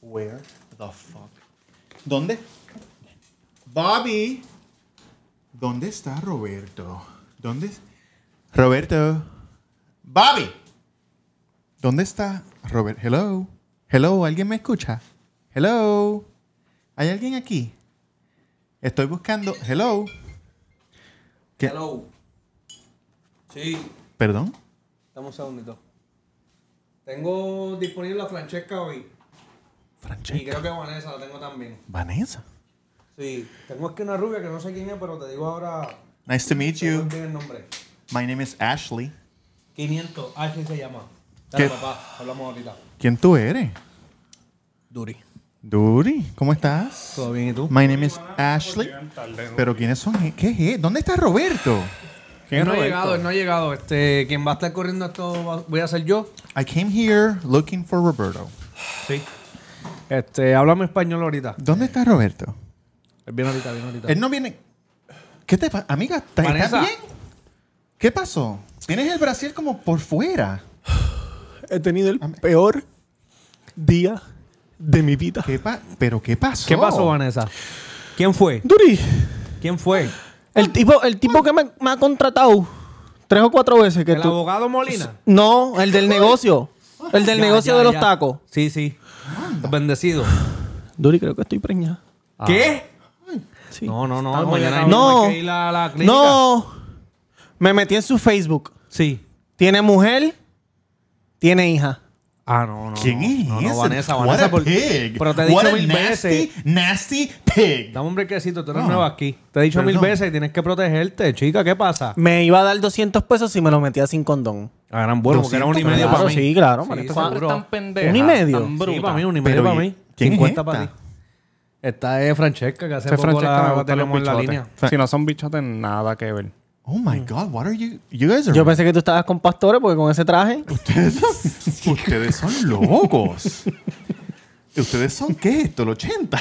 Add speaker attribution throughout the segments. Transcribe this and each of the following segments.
Speaker 1: Where the fuck? ¿Dónde? Bobby. ¿Dónde está Roberto? ¿Dónde? es- Roberto. Bobby. ¿Dónde está Robert? Hello. Hello, ¿alguien me escucha? Hello. ¿Hay alguien aquí? Estoy buscando. Hello. ¿Qué?
Speaker 2: Hello. Sí,
Speaker 1: Perdón.
Speaker 2: dame un segundito. Tengo disponible a Francesca hoy. Y
Speaker 1: Francesca.
Speaker 2: creo que Vanessa la tengo también.
Speaker 1: Vanessa.
Speaker 2: Sí, tengo aquí una rubia que no sé quién es, pero te digo ahora.
Speaker 1: Nice to meet
Speaker 2: No
Speaker 1: you.
Speaker 2: tiene el nombre.
Speaker 1: My name is Ashley.
Speaker 2: 500, Ashley ah, se llama. Dale,
Speaker 1: ¿Qué?
Speaker 2: papá, hablamos ahorita.
Speaker 1: ¿Quién tú eres?
Speaker 2: Duri.
Speaker 1: Duri, ¿cómo estás?
Speaker 2: ¿Todo bien y tú?
Speaker 1: My name is Ashley. Pero ¿quiénes son? ¿Qué es? e- ¿Dónde está Roberto?
Speaker 2: Él no ha llegado, él no ha llegado. Este, quien va a estar corriendo esto va- voy a ser yo.
Speaker 1: I came here looking for Roberto.
Speaker 2: Sí. Este, háblame español ahorita.
Speaker 1: ¿Dónde está Roberto?
Speaker 2: Él viene ahorita, viene ahorita.
Speaker 1: Él no viene. ¿Qué te pasa? Amiga, ¿estás estás
Speaker 2: Vanessa.
Speaker 1: bien? ¿Qué pasó? Tienes el Brasil como por fuera.
Speaker 3: He tenido el peor día de mi vida.
Speaker 1: ¿Qué pa- ¿Pero qué pasó?
Speaker 2: ¿Qué pasó, Vanessa? ¿Quién fue?
Speaker 3: Duri,
Speaker 2: ¿Quién fue?
Speaker 3: el tipo, el tipo que me, me ha contratado tres o cuatro veces que
Speaker 2: ¿El
Speaker 3: tú.
Speaker 2: abogado Molina?
Speaker 3: No, el del negocio. El del
Speaker 2: Ya,
Speaker 3: negocio
Speaker 2: ya,
Speaker 3: de los
Speaker 2: ya.
Speaker 3: tacos.
Speaker 2: Sí, sí. Bendecido.
Speaker 3: Duri, creo que estoy preñada.
Speaker 1: Ah.
Speaker 2: ¿Qué?
Speaker 3: Sí.
Speaker 2: No, no, no.
Speaker 3: Estamos
Speaker 2: mañana
Speaker 3: ya-
Speaker 2: mismo
Speaker 3: No.
Speaker 2: hay que ir a la clínica.
Speaker 3: No. Me metí en su Facebook.
Speaker 2: Sí.
Speaker 3: Tiene mujer, tiene hija.
Speaker 2: Ah, no, no.
Speaker 1: ¿Quién es
Speaker 2: No, no,
Speaker 1: ese?
Speaker 2: Vanessa,
Speaker 1: What
Speaker 2: Vanessa.
Speaker 1: a
Speaker 2: por-
Speaker 1: pig.
Speaker 2: Pero te he
Speaker 1: What
Speaker 2: dicho
Speaker 1: a
Speaker 2: mil
Speaker 1: nasty,
Speaker 2: veces.
Speaker 1: nasty pig.
Speaker 2: Dame un brequecito, tú eres
Speaker 1: Ah.
Speaker 2: nueva aquí. Te he dicho mil
Speaker 1: Perdón.
Speaker 2: veces y tienes que protegerte, chica. ¿Qué pasa?
Speaker 3: Me iba a dar 200 pesos si me lo metía sin condón.
Speaker 2: Ah, eran buenos porque era un y medio
Speaker 3: Claro,
Speaker 2: para mí.
Speaker 3: sí, claro,
Speaker 2: Sí,
Speaker 3: man, esto
Speaker 2: seguro.
Speaker 4: Están pendejas,
Speaker 3: Un y medio.
Speaker 4: tan
Speaker 3: Sí,
Speaker 4: brutas.
Speaker 2: Sí, para mí, un y medio
Speaker 1: Pero,
Speaker 2: para
Speaker 1: ¿y
Speaker 2: mí.
Speaker 1: quién es
Speaker 2: 50 para ti.
Speaker 1: esta?
Speaker 2: Esta es Francesca, que hace
Speaker 5: Ese
Speaker 2: poco
Speaker 5: Francesca me
Speaker 2: la
Speaker 5: gustan los
Speaker 2: tenemos en la
Speaker 5: bichotes.
Speaker 2: línea.
Speaker 5: Si no son bichotes, nada que ver.
Speaker 1: Oh
Speaker 2: Mm.
Speaker 1: my god, what are you? You guys are
Speaker 3: Yo pensé que tú estabas con pastores porque con ese traje.
Speaker 1: Ustedes son locos. ¿Ustedes son qué? ¿Esto? ¿El 80?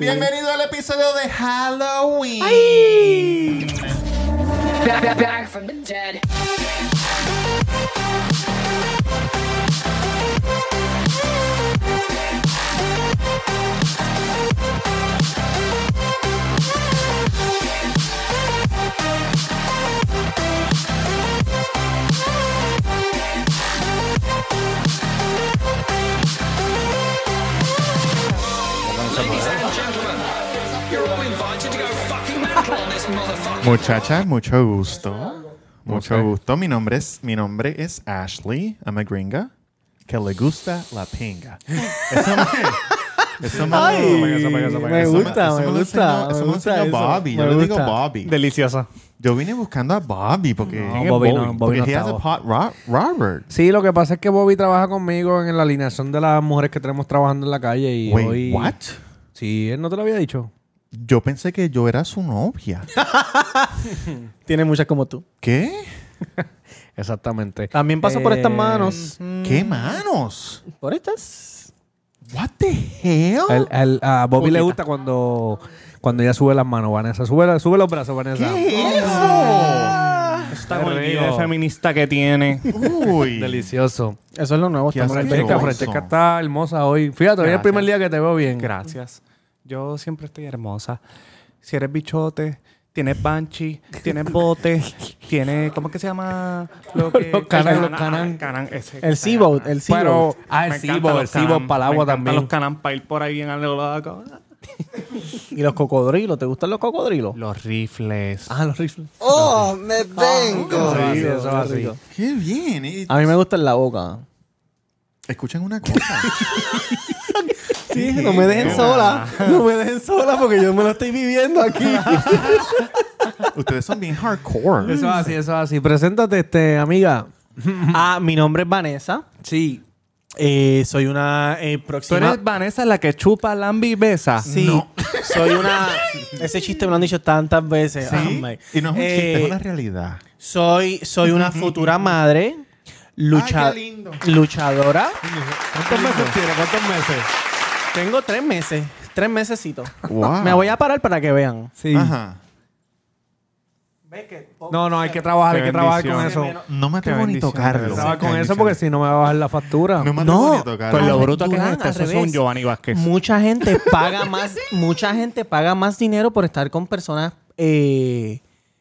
Speaker 1: Bienvenido al episodio de Halloween.
Speaker 6: Back, back, back from the dead.
Speaker 1: Muchacha, mucho gusto. Mucho gusto. Mi nombre es mi nombre es Ashley. I'm a gringa que le gusta la pinga. Eso me Eso me
Speaker 5: Eso, para eso, para
Speaker 3: me
Speaker 5: eso.
Speaker 3: gusta,
Speaker 1: eso
Speaker 3: me,
Speaker 1: me lo
Speaker 3: gusta.
Speaker 1: enseñó- eso me
Speaker 3: me
Speaker 1: lo
Speaker 3: gusta
Speaker 1: enseñó
Speaker 3: eso.
Speaker 1: Bobby, yo
Speaker 3: Me
Speaker 1: le digo
Speaker 3: gusta.
Speaker 1: Bobby.
Speaker 5: Deliciosa.
Speaker 1: Yo vine buscando a Bobby porque
Speaker 5: ¿Quién es Bobby?
Speaker 1: porque he has a pot Ro- Robert.
Speaker 2: Sí, lo que pasa es que Bobby trabaja conmigo en la alineación de las mujeres que tenemos trabajando en la calle y
Speaker 1: Wait,
Speaker 2: hoy...
Speaker 1: what?
Speaker 2: Sí, él no te lo había dicho.
Speaker 1: Yo pensé que yo era su novia.
Speaker 3: Tiene muchas como tú.
Speaker 1: ¿Qué?
Speaker 2: Exactamente.
Speaker 3: También paso por estas manos.
Speaker 1: ¿Qué manos?
Speaker 3: Em, Por estas.
Speaker 1: What the hell?
Speaker 2: Al- al- a Bobby le gusta cuando, cuando ella sube las manos, Vanessa. Sube, la- sube los brazos, Vanessa.
Speaker 1: ¿Qué es eso?
Speaker 5: Esta
Speaker 2: Qué
Speaker 5: gordita
Speaker 2: rico.
Speaker 5: feminista que tiene.
Speaker 1: Uy.
Speaker 2: Delicioso.
Speaker 3: Eso es lo nuevo.
Speaker 1: Qué
Speaker 3: estamos en el
Speaker 1: asqueroso.
Speaker 2: Francesca, Francesca está hermosa hoy. Fíjate, hoy es el
Speaker 5: Gracias.
Speaker 2: primer día que te veo bien.
Speaker 5: Gracias. Yo siempre estoy hermosa. Si eres bichote, tienes banshee, tienes bote, tienes... ¿Cómo es que se llama? Lo que,
Speaker 2: Los canan, los
Speaker 5: Ah,
Speaker 2: canan.
Speaker 5: canan, ese,
Speaker 3: El
Speaker 5: ese
Speaker 3: Seaboat,
Speaker 5: canan.
Speaker 3: el Seaboat.
Speaker 5: Pero
Speaker 2: Ah, el
Speaker 5: me encantan
Speaker 2: Seaboat,
Speaker 5: los
Speaker 2: el Seaboat
Speaker 5: canan.
Speaker 2: pa'l agua
Speaker 5: Me encantan
Speaker 2: también.
Speaker 5: los canan para ir por ahí bien algo.
Speaker 3: ¿Y los cocodrilos? ¿Te gustan los cocodrilos?
Speaker 5: Los rifles.
Speaker 3: Ah, los rifles.
Speaker 4: Oh, me tengo.
Speaker 2: Eso va así, eso va así.
Speaker 1: Qué bien. eh.
Speaker 3: A mí me gusta en la boca.
Speaker 1: Escuchen una cosa.
Speaker 3: Sí, Ah. no me dejen sola. No me dejen sola porque yo me lo estoy viviendo aquí.
Speaker 1: Ustedes son bien hardcore.
Speaker 2: Eso es así, eso es así. Preséntate, este, amiga.
Speaker 3: ah, mi nombre es Vanessa.
Speaker 2: Sí.
Speaker 3: Eh, soy una eh,
Speaker 5: Tú
Speaker 3: próxima.
Speaker 5: eres Vanessa la que chupa, lambi y besa.
Speaker 3: Sí, soy una. Ese chiste me lo han dicho tantas veces.
Speaker 1: ¿Sí?
Speaker 3: Ah, my.
Speaker 1: Y no es un
Speaker 3: Eh,
Speaker 1: chiste, es una realidad.
Speaker 3: Soy, soy una futura madre, lucha-
Speaker 1: Ay, qué lindo.
Speaker 3: luchadora.
Speaker 2: ¿Cuántos meses tiene? ¿Cuántos meses?
Speaker 3: Tengo tres meses, tres mesecitos.
Speaker 1: Wow.
Speaker 3: Me voy a parar para que vean.
Speaker 2: Sí.
Speaker 1: Ajá.
Speaker 5: Ve que
Speaker 2: No, no, hay que trabajar,
Speaker 1: Qué
Speaker 2: hay que trabajar con
Speaker 1: bendición.
Speaker 2: eso.
Speaker 1: No me
Speaker 2: Qué
Speaker 1: atrevo ni
Speaker 2: bendición,
Speaker 1: tocarlo.
Speaker 2: de verdad. Trabaja
Speaker 1: Qué
Speaker 2: con eso
Speaker 1: bendición.
Speaker 2: porque si no me va a bajar la factura.
Speaker 1: No me atrevo ni
Speaker 3: No,
Speaker 1: tocarlo. Con
Speaker 3: con lo
Speaker 1: lo
Speaker 3: Al
Speaker 7: bruto que es
Speaker 3: revés,
Speaker 7: esto,
Speaker 3: Ah, al
Speaker 7: eso es
Speaker 3: revés.
Speaker 7: un Giovanni Vázquez.
Speaker 3: Mucha gente paga más, mucha gente paga más dinero por estar con personas eh,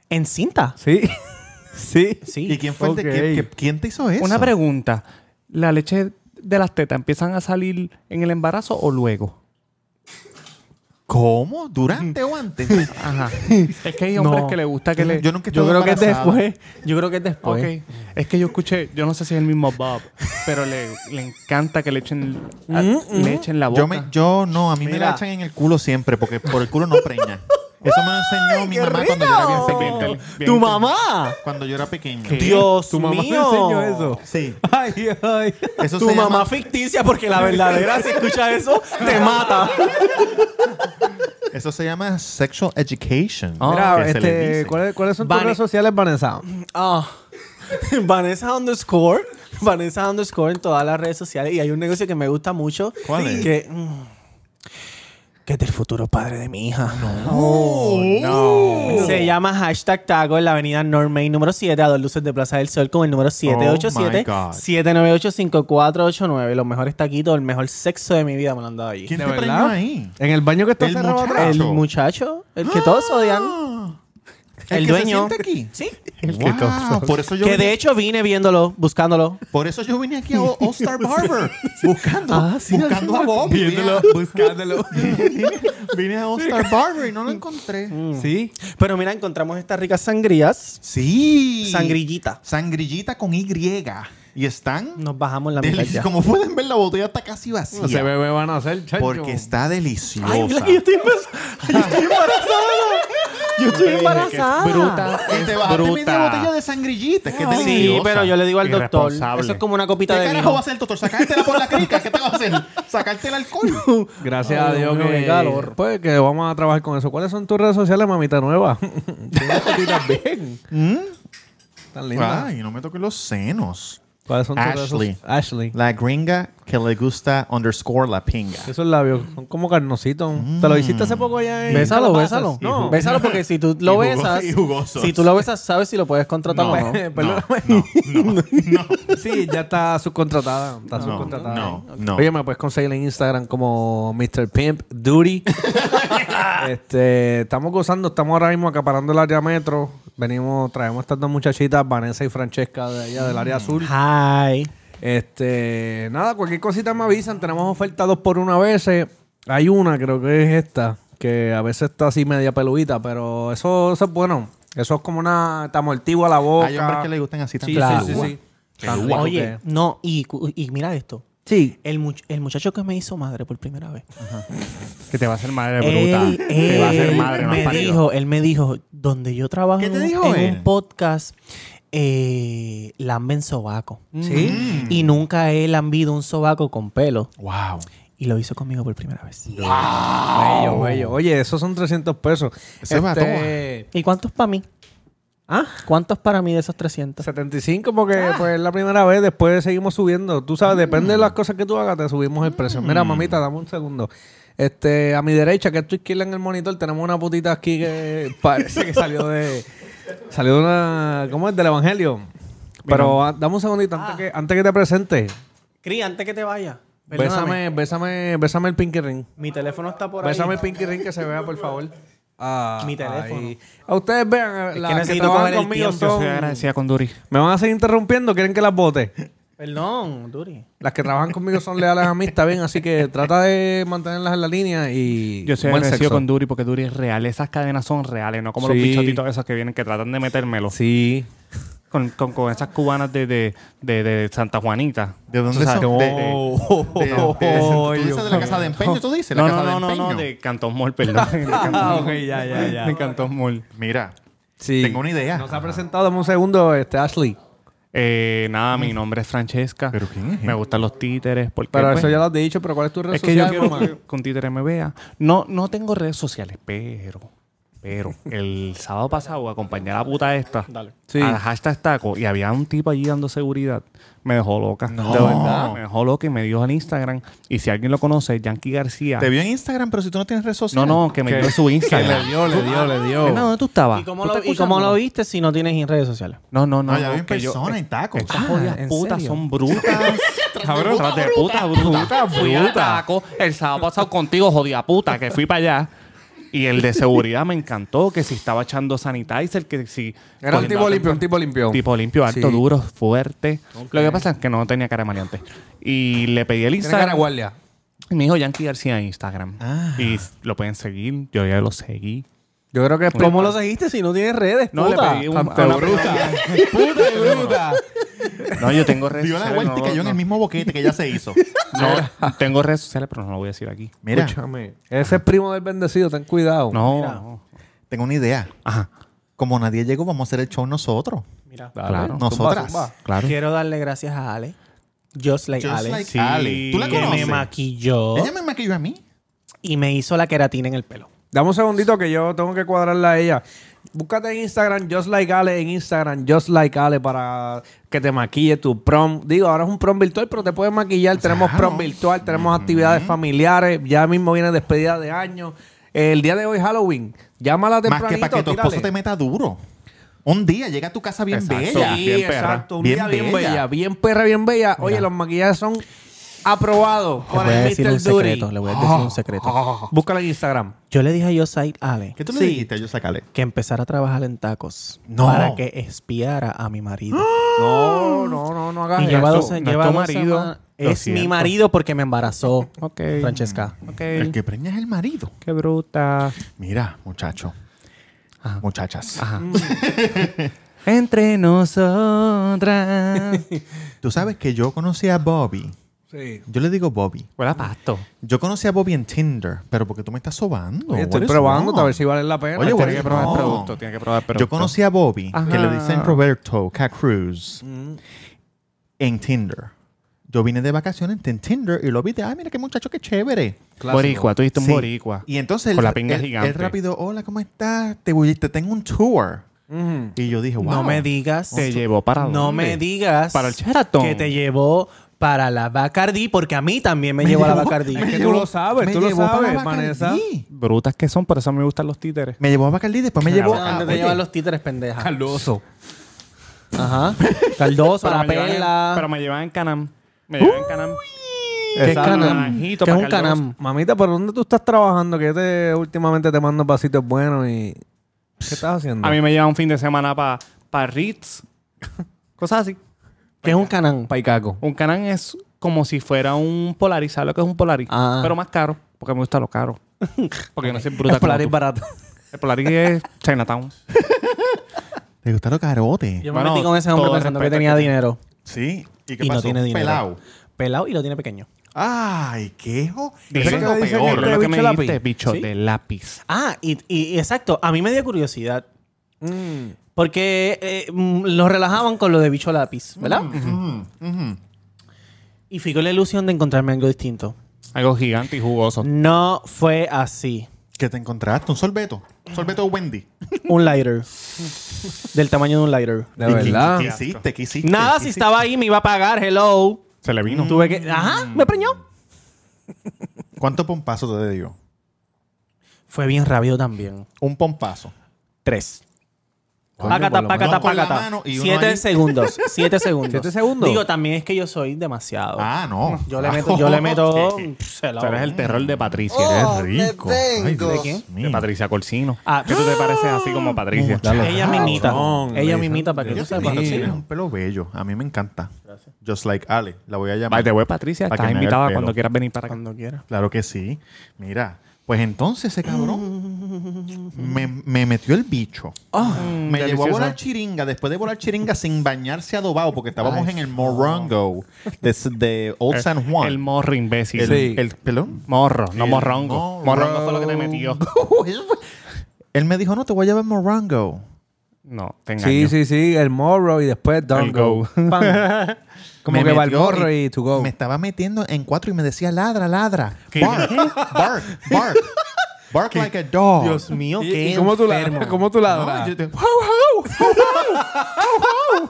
Speaker 3: en cinta.
Speaker 2: Sí. sí.
Speaker 1: ¿Y
Speaker 3: Sí.
Speaker 1: quién fue el de,
Speaker 2: Ok.
Speaker 1: quién, qué- quién te hizo eso?
Speaker 5: Una pregunta. ¿La leche de las tetas empiezan a salir en el embarazo o luego?
Speaker 1: ¿Cómo? ¿Durante o antes?
Speaker 5: Ajá. es que hay hombres
Speaker 2: No.
Speaker 5: que les gusta que le...
Speaker 1: Yo nunca he
Speaker 3: Yo
Speaker 1: estado pues.
Speaker 3: creo que es
Speaker 1: embarazado.
Speaker 3: después. Yo creo que es
Speaker 5: Ok.
Speaker 3: después.
Speaker 5: Es que yo escuché, yo no sé si es el mismo Bob, pero le, le encanta que le echen, a-
Speaker 3: Mm,
Speaker 5: le echen la boca.
Speaker 1: Yo, me, yo no, a mí me
Speaker 3: Mira.
Speaker 1: la echan en el culo siempre porque por el culo no preña. Eso me lo enseñó mi
Speaker 3: ¡Qué
Speaker 1: mamá cuando yo era bien
Speaker 3: rico!
Speaker 1: pequeño.
Speaker 3: ¡Tu mamá!
Speaker 1: Cuando yo era pequeño.
Speaker 3: Dios
Speaker 2: ¿Tu mamá te
Speaker 3: mío.
Speaker 2: enseñó eso?
Speaker 1: Sí.
Speaker 2: Ay, ay.
Speaker 1: Eso
Speaker 3: Tu
Speaker 1: se
Speaker 3: mamá
Speaker 1: llama-
Speaker 3: ficticia porque la verdadera si escucha eso te mata.
Speaker 1: Eso se llama sexual education.
Speaker 3: Ah,
Speaker 2: Mira,
Speaker 1: que se le
Speaker 2: este,
Speaker 1: dice.
Speaker 2: ¿cuáles, cuáles son
Speaker 3: Vane-
Speaker 2: tus redes sociales, Vanessa?
Speaker 3: Ah. Vanessa underscore. Vanessa underscore en todas las redes sociales. Y hay un negocio que me gusta mucho.
Speaker 1: ¿Cuál es?
Speaker 3: Que, mm, que es del futuro padre de mi hija. Se llama hashtag Tago en la avenida Normain número 7 a dos luces de Plaza del Sol con el número
Speaker 1: Oh, my God.
Speaker 3: 787-798-5489. Los mejores taquitos, el mejor sexo de mi vida me lo han dado allí.
Speaker 1: ¿Quién
Speaker 2: ¿De
Speaker 1: te
Speaker 2: verdad?
Speaker 1: preñó ahí?
Speaker 2: En el baño que está
Speaker 1: El
Speaker 2: cerrado
Speaker 1: muchacho.
Speaker 2: atrás.
Speaker 3: El muchacho, el que todos odian.
Speaker 1: Ah, El,
Speaker 3: El
Speaker 1: que
Speaker 3: dueño.
Speaker 1: Se siente aquí.
Speaker 3: Sí.
Speaker 1: Wow, Por eso yo
Speaker 3: Que
Speaker 1: vine-
Speaker 3: de hecho vine viéndolo, buscándolo.
Speaker 1: Por eso yo vine aquí a All All Star Barber buscando,
Speaker 3: Ah, sí,
Speaker 1: buscando a Bob.
Speaker 2: Viéndolo, buscándolo.
Speaker 1: Vine a All Star Barber y no lo encontré.
Speaker 2: sí.
Speaker 3: Pero mira, encontramos estas ricas sangrías.
Speaker 1: Sí.
Speaker 3: Sangrillita.
Speaker 1: Sangrillita con Y. Y están.
Speaker 3: Nos bajamos la mitad
Speaker 1: deli-
Speaker 3: ya.
Speaker 1: Como pueden ver, la botella está casi
Speaker 2: No se
Speaker 1: vacía.
Speaker 2: bebé van a hacer, chacho.
Speaker 1: Porque está deliciosa.
Speaker 3: Ay, mira, que yo estoy embarazada. Yo estoy embarazada. Yo estoy embarazada.
Speaker 1: y te bajaste media botella de sangrillita. Es que es deliciosa.
Speaker 3: Sí, pero yo le digo al doctor.
Speaker 7: Irresponsable.
Speaker 3: Eso es como una copita
Speaker 1: ¿Qué
Speaker 3: de
Speaker 1: carajo va a
Speaker 3: vino.
Speaker 1: hacer el doctor? ¿Sacártela por la crica? ¿Qué te va a hacer? ¿Sacarte el alcohol?
Speaker 2: Gracias
Speaker 3: Ay,
Speaker 2: a Dios
Speaker 3: Dios mío,
Speaker 2: que,
Speaker 3: qué calor.
Speaker 2: Pues que vamos a trabajar con eso. ¿Cuáles son tus redes sociales, mamita nueva? Tienes tetitas bien. Tan linda.
Speaker 1: ¿Mm? Ay, no me toques los senos.
Speaker 2: ¿Cuáles son tus
Speaker 1: Ashley.
Speaker 2: redes sociales? Ashley.
Speaker 1: La gringa que le gusta underscore la pinga.
Speaker 2: Esos labios son como carnositos. ¿Te lo hiciste
Speaker 1: Mm.
Speaker 2: hace poco allá en
Speaker 3: Bésalo,
Speaker 2: Calabasas?
Speaker 3: bésalo.
Speaker 2: No.
Speaker 3: Bésalo porque si tú
Speaker 1: Y
Speaker 3: lo
Speaker 1: jugo-
Speaker 3: besas,
Speaker 1: y jugosos.
Speaker 3: si tú lo besas, sabes si lo puedes contratar o no.
Speaker 2: Eh, perdón.
Speaker 1: No, no, no,
Speaker 2: Sí, ya está subcontratada. Está
Speaker 1: no,
Speaker 2: subcontratada.
Speaker 1: no, no.
Speaker 2: Oye, me puedes conseguir en Instagram como Mr. Pimp Duty. este, estamos gozando, estamos ahora mismo acaparando el área metro. Venimos, traemos estas dos muchachitas, Vanessa y Francesca de allá del
Speaker 1: Mm.
Speaker 2: área azul.
Speaker 3: Hi.
Speaker 2: Este, nada, cualquier cosita me avisan. Tenemos oferta dos por una a veces. Hay una, creo que es esta, que a veces está así media peludita, pero eso, eso es bueno. Eso es como una. Te amortigua la boca.
Speaker 1: Hay hombres que le gustan así tan
Speaker 2: Sí,
Speaker 1: peludas.
Speaker 2: sí, sí, sí. Tan rico
Speaker 3: Oye, no, y, cu- y mira esto.
Speaker 2: Sí.
Speaker 3: El, much- el muchacho que me hizo madre por primera vez.
Speaker 7: Que te va a hacer madre bruta.
Speaker 3: Él-
Speaker 7: te va a hacer
Speaker 3: él
Speaker 7: madre, no has
Speaker 3: me
Speaker 7: parido.
Speaker 3: dijo, Él me dijo, donde yo trabajo
Speaker 1: ¿Qué te
Speaker 3: en, un-
Speaker 1: dijo
Speaker 3: en
Speaker 1: él?
Speaker 3: un podcast, eh, lamben sobaco.
Speaker 2: Sí.
Speaker 3: Y nunca he lambido un sobaco con pelo.
Speaker 1: Wow.
Speaker 3: Y lo hizo conmigo por primera vez.
Speaker 2: Bello, bello. Oye, esos son 300 pesos.
Speaker 1: Oh.
Speaker 2: Este,
Speaker 1: Ese va,
Speaker 3: ¿Y cuántos para mí?
Speaker 2: Ah,
Speaker 3: ¿Cuántos para mí de esos 300?
Speaker 2: 75 porque
Speaker 3: Ah.
Speaker 2: pues, es la primera vez, después seguimos subiendo. Tú sabes, depende de las cosas que tú hagas, te subimos el precio.
Speaker 3: Mm.
Speaker 2: Mira, mamita, dame un segundo. Este, a mi derecha, que es tu izquierda en el monitor, tenemos una putita aquí que parece que salió de. salió de una. ¿Cómo es? Del Evangelio. Pero ah, dame un segundito antes, que, antes que te presente.
Speaker 3: Cri, antes que te vaya.
Speaker 2: Bésame,
Speaker 3: perdóname.
Speaker 2: bésame, bésame el pinky ring.
Speaker 3: Mi teléfono está por ahí.
Speaker 2: Bésame el pinky ring que se vea, por favor. Ah,
Speaker 3: Mi teléfono.
Speaker 2: ahí. A ustedes vean, eh,
Speaker 3: que
Speaker 2: las que,
Speaker 3: necesito
Speaker 2: trabajan
Speaker 3: coger el
Speaker 2: conmigo
Speaker 3: tiempo.
Speaker 5: Yo soy
Speaker 2: son...
Speaker 5: agradecida con Duri.
Speaker 2: Me van a seguir interrumpiendo, quieren que las bote.
Speaker 3: Perdón, Duri.
Speaker 2: Las que trabajan conmigo son leales a mí, está bien, así que trata de mantenerlas en la línea y
Speaker 5: Yo soy
Speaker 2: buen
Speaker 5: agradecido
Speaker 2: sexo.
Speaker 5: con Duri porque Duri es real. Esas cadenas son reales, no como los
Speaker 2: Sí.
Speaker 5: bichotitos esos que vienen que tratan de metérmelo.
Speaker 2: Sí.
Speaker 5: Con, con, con esas cubanas de, de, de, de Santa Juanita.
Speaker 1: ¿De dónde
Speaker 5: Tú sabes,
Speaker 1: son?
Speaker 5: de-
Speaker 1: De-
Speaker 5: de-
Speaker 1: De, de-
Speaker 2: Oh,
Speaker 1: tú dices de la casa de empeño, tú dices, la
Speaker 5: no,
Speaker 1: casa
Speaker 5: no, no,
Speaker 1: de
Speaker 5: no,
Speaker 1: empeño.
Speaker 5: no, de Cantón Mall, perdón. De Cantón
Speaker 2: Ah,
Speaker 5: Mall.
Speaker 2: ok, ya, ya,
Speaker 5: De
Speaker 2: ya.
Speaker 5: Cantón Mall.
Speaker 1: Mira,
Speaker 2: Sí.
Speaker 1: tengo una idea.
Speaker 2: Nos ha presentado, dame un segundo, este, Ashley.
Speaker 5: Eh, nada, mi nombre es Francesca.
Speaker 1: ¿Pero quién es?
Speaker 5: Me gustan los títeres. Porque,
Speaker 2: Pero
Speaker 5: pues,
Speaker 2: eso ya lo has dicho, pero ¿cuál es tu red
Speaker 5: Es que yo
Speaker 2: social,
Speaker 5: quiero
Speaker 2: mamá?
Speaker 5: que con títeres me vea. No, no tengo redes sociales, pero Pero el sábado pasado acompañé a la puta esta a hashtag taco y había un tipo allí dando seguridad. Me dejó loca. De verdad, me dejó loca y me dio en Instagram. Y si alguien lo conoce, Yankee García.
Speaker 1: Te vio en Instagram, pero si tú no tienes redes
Speaker 5: No,
Speaker 1: sociales.
Speaker 5: no, que me dio su Instagram.
Speaker 7: dio, le dio, le
Speaker 5: Fernando, ¿dónde tú estabas?
Speaker 3: ¿Y cómo,
Speaker 5: ¿Tú
Speaker 3: lo,
Speaker 5: estás
Speaker 3: y cómo
Speaker 5: escuchando?
Speaker 3: lo viste si no tienes en redes sociales?
Speaker 5: No, no, no.
Speaker 1: No, ya vi en
Speaker 5: que yo-
Speaker 1: persona, en taco.
Speaker 5: Estas
Speaker 1: Ah,
Speaker 5: jodidas
Speaker 3: ¿en
Speaker 5: putas
Speaker 3: serio?
Speaker 5: son brutas. Cabrón, tras de putas brutas. Fui al taco el sábado pasado contigo, jodida puta, que fui para allá. Y el de seguridad me encantó, que si estaba echando sanitizer, que si...
Speaker 2: Era un
Speaker 5: cogiendo
Speaker 2: tipo
Speaker 5: la
Speaker 2: limpio,
Speaker 5: temperatura.
Speaker 2: un tipo limpio.
Speaker 5: Tipo limpio, alto,
Speaker 2: Sí.
Speaker 5: duro, fuerte. Lo que pasa es que no tenía cara de maleante. Y le pedí el
Speaker 2: Tiene cara Ah. de
Speaker 5: Instagram.
Speaker 2: guardia.
Speaker 5: Me dijo Yankee García en Instagram. Y lo pueden seguir. Yo ya lo seguí.
Speaker 2: Yo creo que es
Speaker 3: ¿Cómo lo seguiste si no tienes redes?
Speaker 5: No, le
Speaker 3: puta?
Speaker 5: pedí un...
Speaker 2: Ante
Speaker 5: una-
Speaker 2: bruta. Puta y bruta.
Speaker 5: No, yo tengo redes
Speaker 1: Dio la
Speaker 5: sociales,
Speaker 1: vuelta y
Speaker 5: no,
Speaker 1: cayó en
Speaker 5: no.
Speaker 1: el mismo boquete que ya se hizo.
Speaker 5: No, tengo redes sociales, pero no lo voy a decir aquí.
Speaker 1: Mira,
Speaker 2: Escúchame. Ese es primo del bendecido, ten cuidado.
Speaker 5: No.
Speaker 1: tengo una idea.
Speaker 5: Ajá.
Speaker 1: Como nadie llegó, vamos a hacer el show nosotros.
Speaker 3: Mira,
Speaker 5: Claro.
Speaker 1: Nosotras.
Speaker 2: zumba.
Speaker 5: Claro.
Speaker 3: quiero darle gracias a Ale. Just like
Speaker 1: Just
Speaker 3: Ale.
Speaker 1: like
Speaker 5: sí.
Speaker 1: Ale. ¿Tú la
Speaker 3: que me
Speaker 1: conoces?
Speaker 3: maquilló
Speaker 1: Ella me maquilló a mí.
Speaker 3: y me hizo la queratina en el pelo.
Speaker 2: Dame un segundito que yo tengo que cuadrarla a ella. Búscate en Instagram Just Like Ale, en Instagram Just Like Ale para que te maquille tu prom. Digo, ahora es un prom virtual, pero te puedes maquillar. Tenemos prom virtual, tenemos actividades familiares. Ya mismo viene despedida de año. El día de hoy Halloween. Llámala
Speaker 1: Más
Speaker 2: tempranito.
Speaker 1: que para que tu esposo
Speaker 2: tírale.
Speaker 1: te meta duro. Un día llega a tu casa bien
Speaker 5: Exacto.
Speaker 1: bella.
Speaker 2: Sí,
Speaker 5: Bien perra.
Speaker 2: exacto. Un
Speaker 1: Bien
Speaker 2: día bien
Speaker 1: bella.
Speaker 2: bella, bien perra, bien bella. Oye, los maquillajes son aprobados
Speaker 3: Le
Speaker 2: por
Speaker 3: voy a
Speaker 2: el
Speaker 3: decir
Speaker 2: Mr.
Speaker 3: un
Speaker 2: Duty.
Speaker 3: secreto, le voy a decir un secreto.
Speaker 2: Búscala en Instagram.
Speaker 3: Yo le dije a Just like Ale
Speaker 1: ¿Qué tú le
Speaker 3: Sí.
Speaker 1: dijiste? Yo sacale.
Speaker 3: que empezara a trabajar en tacos
Speaker 1: No.
Speaker 3: para que espiara a mi marido.
Speaker 2: No, no, no, no hagas
Speaker 3: Y
Speaker 2: eso.
Speaker 3: lleva
Speaker 5: tu-
Speaker 3: dos,
Speaker 5: no es
Speaker 3: lleva
Speaker 5: tu
Speaker 3: dos
Speaker 5: marido,
Speaker 3: semanas-
Speaker 5: lo
Speaker 3: Es mi
Speaker 5: siento.
Speaker 3: marido porque me embarazó.
Speaker 5: Ok.
Speaker 3: Francesca.
Speaker 5: Ok.
Speaker 1: El que preña es el marido.
Speaker 5: Qué bruta.
Speaker 1: Mira, muchacho. Muchachas.
Speaker 5: Entre nosotras.
Speaker 1: Tú sabes que yo conocí a Bobby.
Speaker 2: Sí.
Speaker 1: Yo le digo Bobby.
Speaker 5: Huele a pasto.
Speaker 1: Yo conocí a Bobby en Tinder, pero porque tú me estás sobando.
Speaker 2: Oye, estoy
Speaker 1: What is
Speaker 2: probando
Speaker 1: wrong?
Speaker 2: a ver si vale la pena.
Speaker 1: Oye,
Speaker 2: Tiene
Speaker 1: güey,
Speaker 2: que
Speaker 1: no.
Speaker 2: probar.
Speaker 5: tiene que probar
Speaker 1: Yo conocí a Bobby, que le dicen
Speaker 5: Ajá.
Speaker 1: Roberto K. Cruz, en Tinder. Yo vine de vacaciones en Tinder y lo vi de, ah, mira qué muchacho, qué chévere.
Speaker 5: Boricua, tú dijiste un
Speaker 1: Sí.
Speaker 5: boricua.
Speaker 1: Y entonces
Speaker 5: Con
Speaker 1: él,
Speaker 5: la pinga
Speaker 1: él-
Speaker 5: gigante.
Speaker 1: él rápido, hola, ¿cómo estás? Te, voy- te tengo un tour.
Speaker 2: Ujú.
Speaker 1: Y yo dije, wow.
Speaker 3: No me digas.
Speaker 5: Te llevó para
Speaker 3: No
Speaker 5: dónde?
Speaker 3: me digas.
Speaker 5: Para el Sheraton.
Speaker 3: Que te llevó para la Bacardi porque a mí también me, llevó a la Bacardi.
Speaker 2: me- que tú lo sabes,
Speaker 1: me
Speaker 2: tú lo
Speaker 1: llevó para
Speaker 2: sabes,
Speaker 1: la Bacardí.
Speaker 2: Vanessa.
Speaker 5: Brutas que son, por eso me gustan los títeres.
Speaker 1: Me llevó a Bacardi, después me llevó a...
Speaker 3: ¿Dónde te
Speaker 1: oye,
Speaker 3: llevan los títeres, pendeja?
Speaker 2: Caldoso.
Speaker 3: Ajá. Caldoso, la
Speaker 5: me llevan en- pero
Speaker 3: perla.
Speaker 5: me llevan en Canam. Me llevan en Canam.
Speaker 3: ¿Qué es
Speaker 5: Exacto.
Speaker 3: Canam? ¿Qué
Speaker 5: Naranjito
Speaker 3: es un
Speaker 5: para Caldoso.
Speaker 3: Canam?
Speaker 2: Mamita, ¿por dónde tú estás trabajando? Que yo te, últimamente te mando pasitos buenos y... ¿Qué estás haciendo?
Speaker 5: A mí me llevan un fin de semana para pa Ritz. Cosas así.
Speaker 3: ¿Qué es un Canam?
Speaker 2: Paicaco.
Speaker 5: Un Canam es como si fuera un Polaris. ¿Sabes lo que es un Polaris?
Speaker 3: Ah.
Speaker 5: Pero más caro, porque me gusta lo caro. Porque no soy
Speaker 2: Es
Speaker 5: bruta como
Speaker 2: Polaris
Speaker 5: tú.
Speaker 2: barato.
Speaker 5: El Polaris es Chinatown.
Speaker 1: ¿Te gustaron carotes?
Speaker 3: Yo me
Speaker 5: Bueno,
Speaker 3: metí con ese hombre
Speaker 5: todo el
Speaker 3: pensando que
Speaker 5: respeto
Speaker 3: tenía
Speaker 5: que-
Speaker 3: dinero.
Speaker 1: Sí. ¿Y qué
Speaker 3: Y
Speaker 1: pasó?
Speaker 3: no tiene dinero.
Speaker 1: Pelao.
Speaker 3: Pelado y lo tiene pequeño.
Speaker 1: Ay, qué hijo.
Speaker 5: Dicen
Speaker 1: Eso es
Speaker 2: que
Speaker 1: lo
Speaker 2: dicen
Speaker 1: peor.
Speaker 2: que-
Speaker 5: Pero lo que me
Speaker 2: bicho lápiz?
Speaker 5: dijiste, bicho
Speaker 3: Sí.
Speaker 5: de lápiz.
Speaker 3: Ah, y, y- y exacto. A mí me dio curiosidad. Mm. Porque eh, mm, lo relajaban con lo de bicho lápiz, ¿verdad?
Speaker 1: Ujú, ujú.
Speaker 3: Y fui con la ilusión de encontrarme algo distinto.
Speaker 5: Algo gigante y jugoso.
Speaker 3: No fue así.
Speaker 1: ¿Qué te encontraste? Un sorbeto. Un sorbeto Wendy.
Speaker 3: Un lighter. Del tamaño de un lighter.
Speaker 2: De
Speaker 1: ¿Y qué-
Speaker 2: verdad.
Speaker 1: ¿Qué, hiciste? ¿Qué hiciste?
Speaker 3: Nada,
Speaker 1: ¿Qué
Speaker 3: si
Speaker 1: hiciste?
Speaker 3: estaba ahí me iba a pagar, hello.
Speaker 5: Se le vino. Mm.
Speaker 3: Tuve que... Eh, Ajá, me preñó.
Speaker 1: ¿Cuánto pompazo te dio?
Speaker 3: Fue bien rápido también.
Speaker 1: Un pompazo.
Speaker 3: Tres.
Speaker 2: Coño, por
Speaker 3: Pacata,
Speaker 2: lo
Speaker 3: pacata,
Speaker 1: menos. Con la
Speaker 3: pacata.
Speaker 1: mano y uno
Speaker 3: Siete
Speaker 1: ahí.
Speaker 3: segundos. Siete segundos.
Speaker 2: ¿Siete segundos?
Speaker 3: Digo, también es que yo soy demasiado.
Speaker 1: Ah, no.
Speaker 3: Yo le meto... Yo le meto... pff, hello.
Speaker 5: Tú eres el terror de Patricia.
Speaker 4: Oh,
Speaker 5: eres
Speaker 4: me
Speaker 5: rico.
Speaker 4: tengo.
Speaker 1: ¿De
Speaker 3: quién?
Speaker 5: De Patricia Colsino.
Speaker 3: Ah.
Speaker 5: Que tú te pareces así como Patricia.
Speaker 3: Ella me imita.
Speaker 2: cabrón.
Speaker 3: Ella me imita para que tú
Speaker 1: Yo
Speaker 3: sepas.
Speaker 1: tienes un pelo bello. A mí me encanta. Just like Ale. La voy a
Speaker 5: By
Speaker 1: llamar.
Speaker 5: the way, Patricia,
Speaker 1: Pa' que me
Speaker 5: estás
Speaker 1: haga el
Speaker 5: invitada
Speaker 1: pelo.
Speaker 5: cuando quieras venir para acá.
Speaker 3: Cuando quiera.
Speaker 1: Claro que sí. Mira. Pues entonces ese cabrón me, me metió el bicho. Ah,
Speaker 5: Mm,
Speaker 1: me llevó a
Speaker 5: deliciosa.
Speaker 1: volar chiringa. Después de volar chiringa sin bañarse adobado, porque estábamos en el Morongo de, de Old
Speaker 5: El-
Speaker 1: San Juan.
Speaker 5: Eh, El morro imbécil.
Speaker 1: El-
Speaker 2: Sí.
Speaker 1: el pelón.
Speaker 5: Morro, no
Speaker 1: El
Speaker 5: morrongo.
Speaker 1: morro-
Speaker 5: Morrongo fue lo que te metió.
Speaker 1: Eso fue- Él me dijo, no, te voy a llevar Morongo.
Speaker 5: No, te engaño.
Speaker 2: Sí, sí, sí. El morro y después
Speaker 5: El
Speaker 2: don't go.
Speaker 5: go.
Speaker 2: Pam. Como
Speaker 1: Me
Speaker 2: que va el
Speaker 1: metió
Speaker 2: morro y, to go.
Speaker 1: Me estaba metiendo en cuatro y me decía, ladra, ladra. Bark, bark, bark. Bark like a dog.
Speaker 3: Dios mío, qué
Speaker 2: ¿Y cómo tú
Speaker 3: enfermo.
Speaker 2: la, cómo tú la
Speaker 1: No,
Speaker 2: adoras?
Speaker 1: yo, te- ¡Wow, wow! ¡Wow, wow!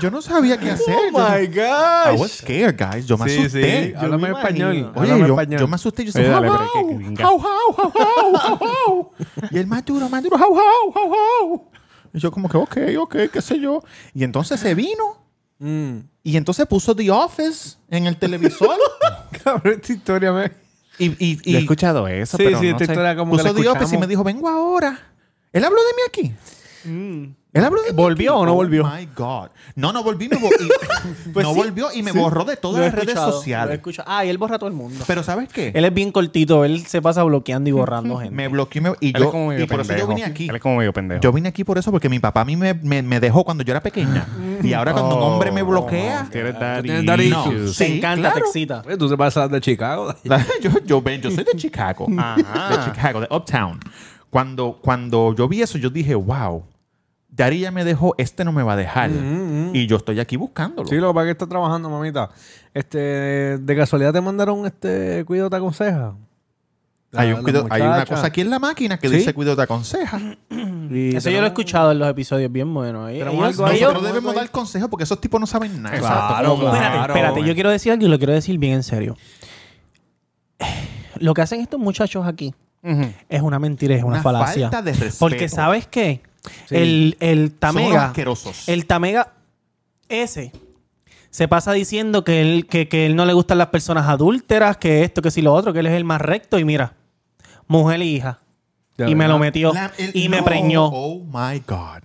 Speaker 1: Yo no sabía qué hacer.
Speaker 3: Oh
Speaker 1: Yo-
Speaker 3: my
Speaker 1: I was
Speaker 3: gosh.
Speaker 1: scared, guys. Yo me
Speaker 2: Sí, sí.
Speaker 1: asusté.
Speaker 2: Yo Háblame
Speaker 3: me
Speaker 2: español.
Speaker 3: imagino.
Speaker 1: Oye,
Speaker 2: Háblame
Speaker 1: yo,
Speaker 2: español.
Speaker 1: yo me asusté. Yo
Speaker 5: Oye,
Speaker 1: dije,
Speaker 5: dale,
Speaker 1: "Jau,
Speaker 5: pero es que gringa".
Speaker 1: jau, jau, jau, jau, jau, jau". Y el más duro, más duro, jau, jau, jau, jau. Y yo como que, ok, ok, qué sé yo. Y entonces se vino. Y entonces puso The Office en el televisor.
Speaker 2: Cabrón, esta historia me...
Speaker 1: y, y, y
Speaker 5: Yo he escuchado eso,
Speaker 2: Sí,
Speaker 5: pero
Speaker 2: sí,
Speaker 5: no
Speaker 2: esta
Speaker 5: sé.
Speaker 2: historia como que la
Speaker 1: puso The Office y
Speaker 2: escuchamos.
Speaker 1: pues, me dijo, vengo ahora. Él habló de mí aquí. Él habló de mí
Speaker 3: ¿Volvió
Speaker 1: aquí?
Speaker 3: o no volvió?
Speaker 1: Oh my God. No, no volví. Me bo- y-
Speaker 3: Pues
Speaker 1: no
Speaker 3: sí,
Speaker 1: volvió y me
Speaker 3: sí.
Speaker 1: borró de
Speaker 3: Lo
Speaker 1: todas
Speaker 3: he
Speaker 1: las redes
Speaker 3: escuchado, lo he
Speaker 1: sociales.
Speaker 3: escuchado. Ah, y él borra a todo el mundo.
Speaker 1: Pero ¿sabes qué?
Speaker 3: Él es bien cortito, él se pasa bloqueando y borrando gente.
Speaker 1: me bloqueó y me- y,
Speaker 5: Él es
Speaker 1: yo,
Speaker 5: como medio
Speaker 1: y por eso yo
Speaker 5: pendejo.
Speaker 1: vine aquí.
Speaker 5: Él es como medio pendejo.
Speaker 1: Yo vine aquí por eso porque mi papá a mí me, me- me dejó cuando yo era pequeña. y ahora cuando un hombre me
Speaker 2: Oh,
Speaker 1: bloquea...
Speaker 5: Tienes daddy
Speaker 2: Tienes daddy
Speaker 5: issues.
Speaker 1: issues.
Speaker 3: Te
Speaker 1: Sí,
Speaker 3: encanta, te
Speaker 1: claro.
Speaker 3: excita.
Speaker 2: Oye, Tú te pasas de Chicago.
Speaker 1: La- yo, yo, ven, yo soy de Chicago. De Chicago, de Uptown. Cuando, cuando yo vi eso, yo dije, wow, Dari ya me dejó, este no me va a dejar.
Speaker 2: Mm,
Speaker 1: Y yo estoy aquí buscándolo.
Speaker 2: Sí, lo que pasa es que está trabajando, mamita. Este, de casualidad te mandaron este cuidado te aconseja. La-
Speaker 1: hay, un
Speaker 2: la
Speaker 1: cuidado- hay una
Speaker 2: muchacha.
Speaker 1: cosa aquí en la máquina que
Speaker 2: Sí.
Speaker 1: dice cuidado te aconseja.
Speaker 2: Y
Speaker 3: Eso yo lo he escuchado en los episodios bien buenos. Ellos-
Speaker 2: Tenemos algo ahí,
Speaker 3: ellos-
Speaker 1: Nosotros debemos dar consejos porque esos tipos no saben nada.
Speaker 2: Claro,
Speaker 1: Como-
Speaker 2: claro.
Speaker 3: Espérate, espérate, yo quiero decir algo y lo quiero decir bien en serio. Lo que hacen estos muchachos aquí es una mentira, es una,
Speaker 1: Una
Speaker 3: falacia.
Speaker 1: falta de respeto.
Speaker 3: Porque sabes qué, el, el
Speaker 1: Son unos
Speaker 3: Tamega,
Speaker 1: asquerosos.
Speaker 3: el Tamega ese, se pasa diciendo que él, que, que él no le gustan las personas adúlteras, que esto, que si lo otro, que él es el más recto y mira, mujer y hija.
Speaker 2: Ya
Speaker 3: y me
Speaker 2: verdad.
Speaker 3: lo metió
Speaker 1: La- el-
Speaker 3: y me
Speaker 1: no,
Speaker 3: preñó.
Speaker 1: Oh my God.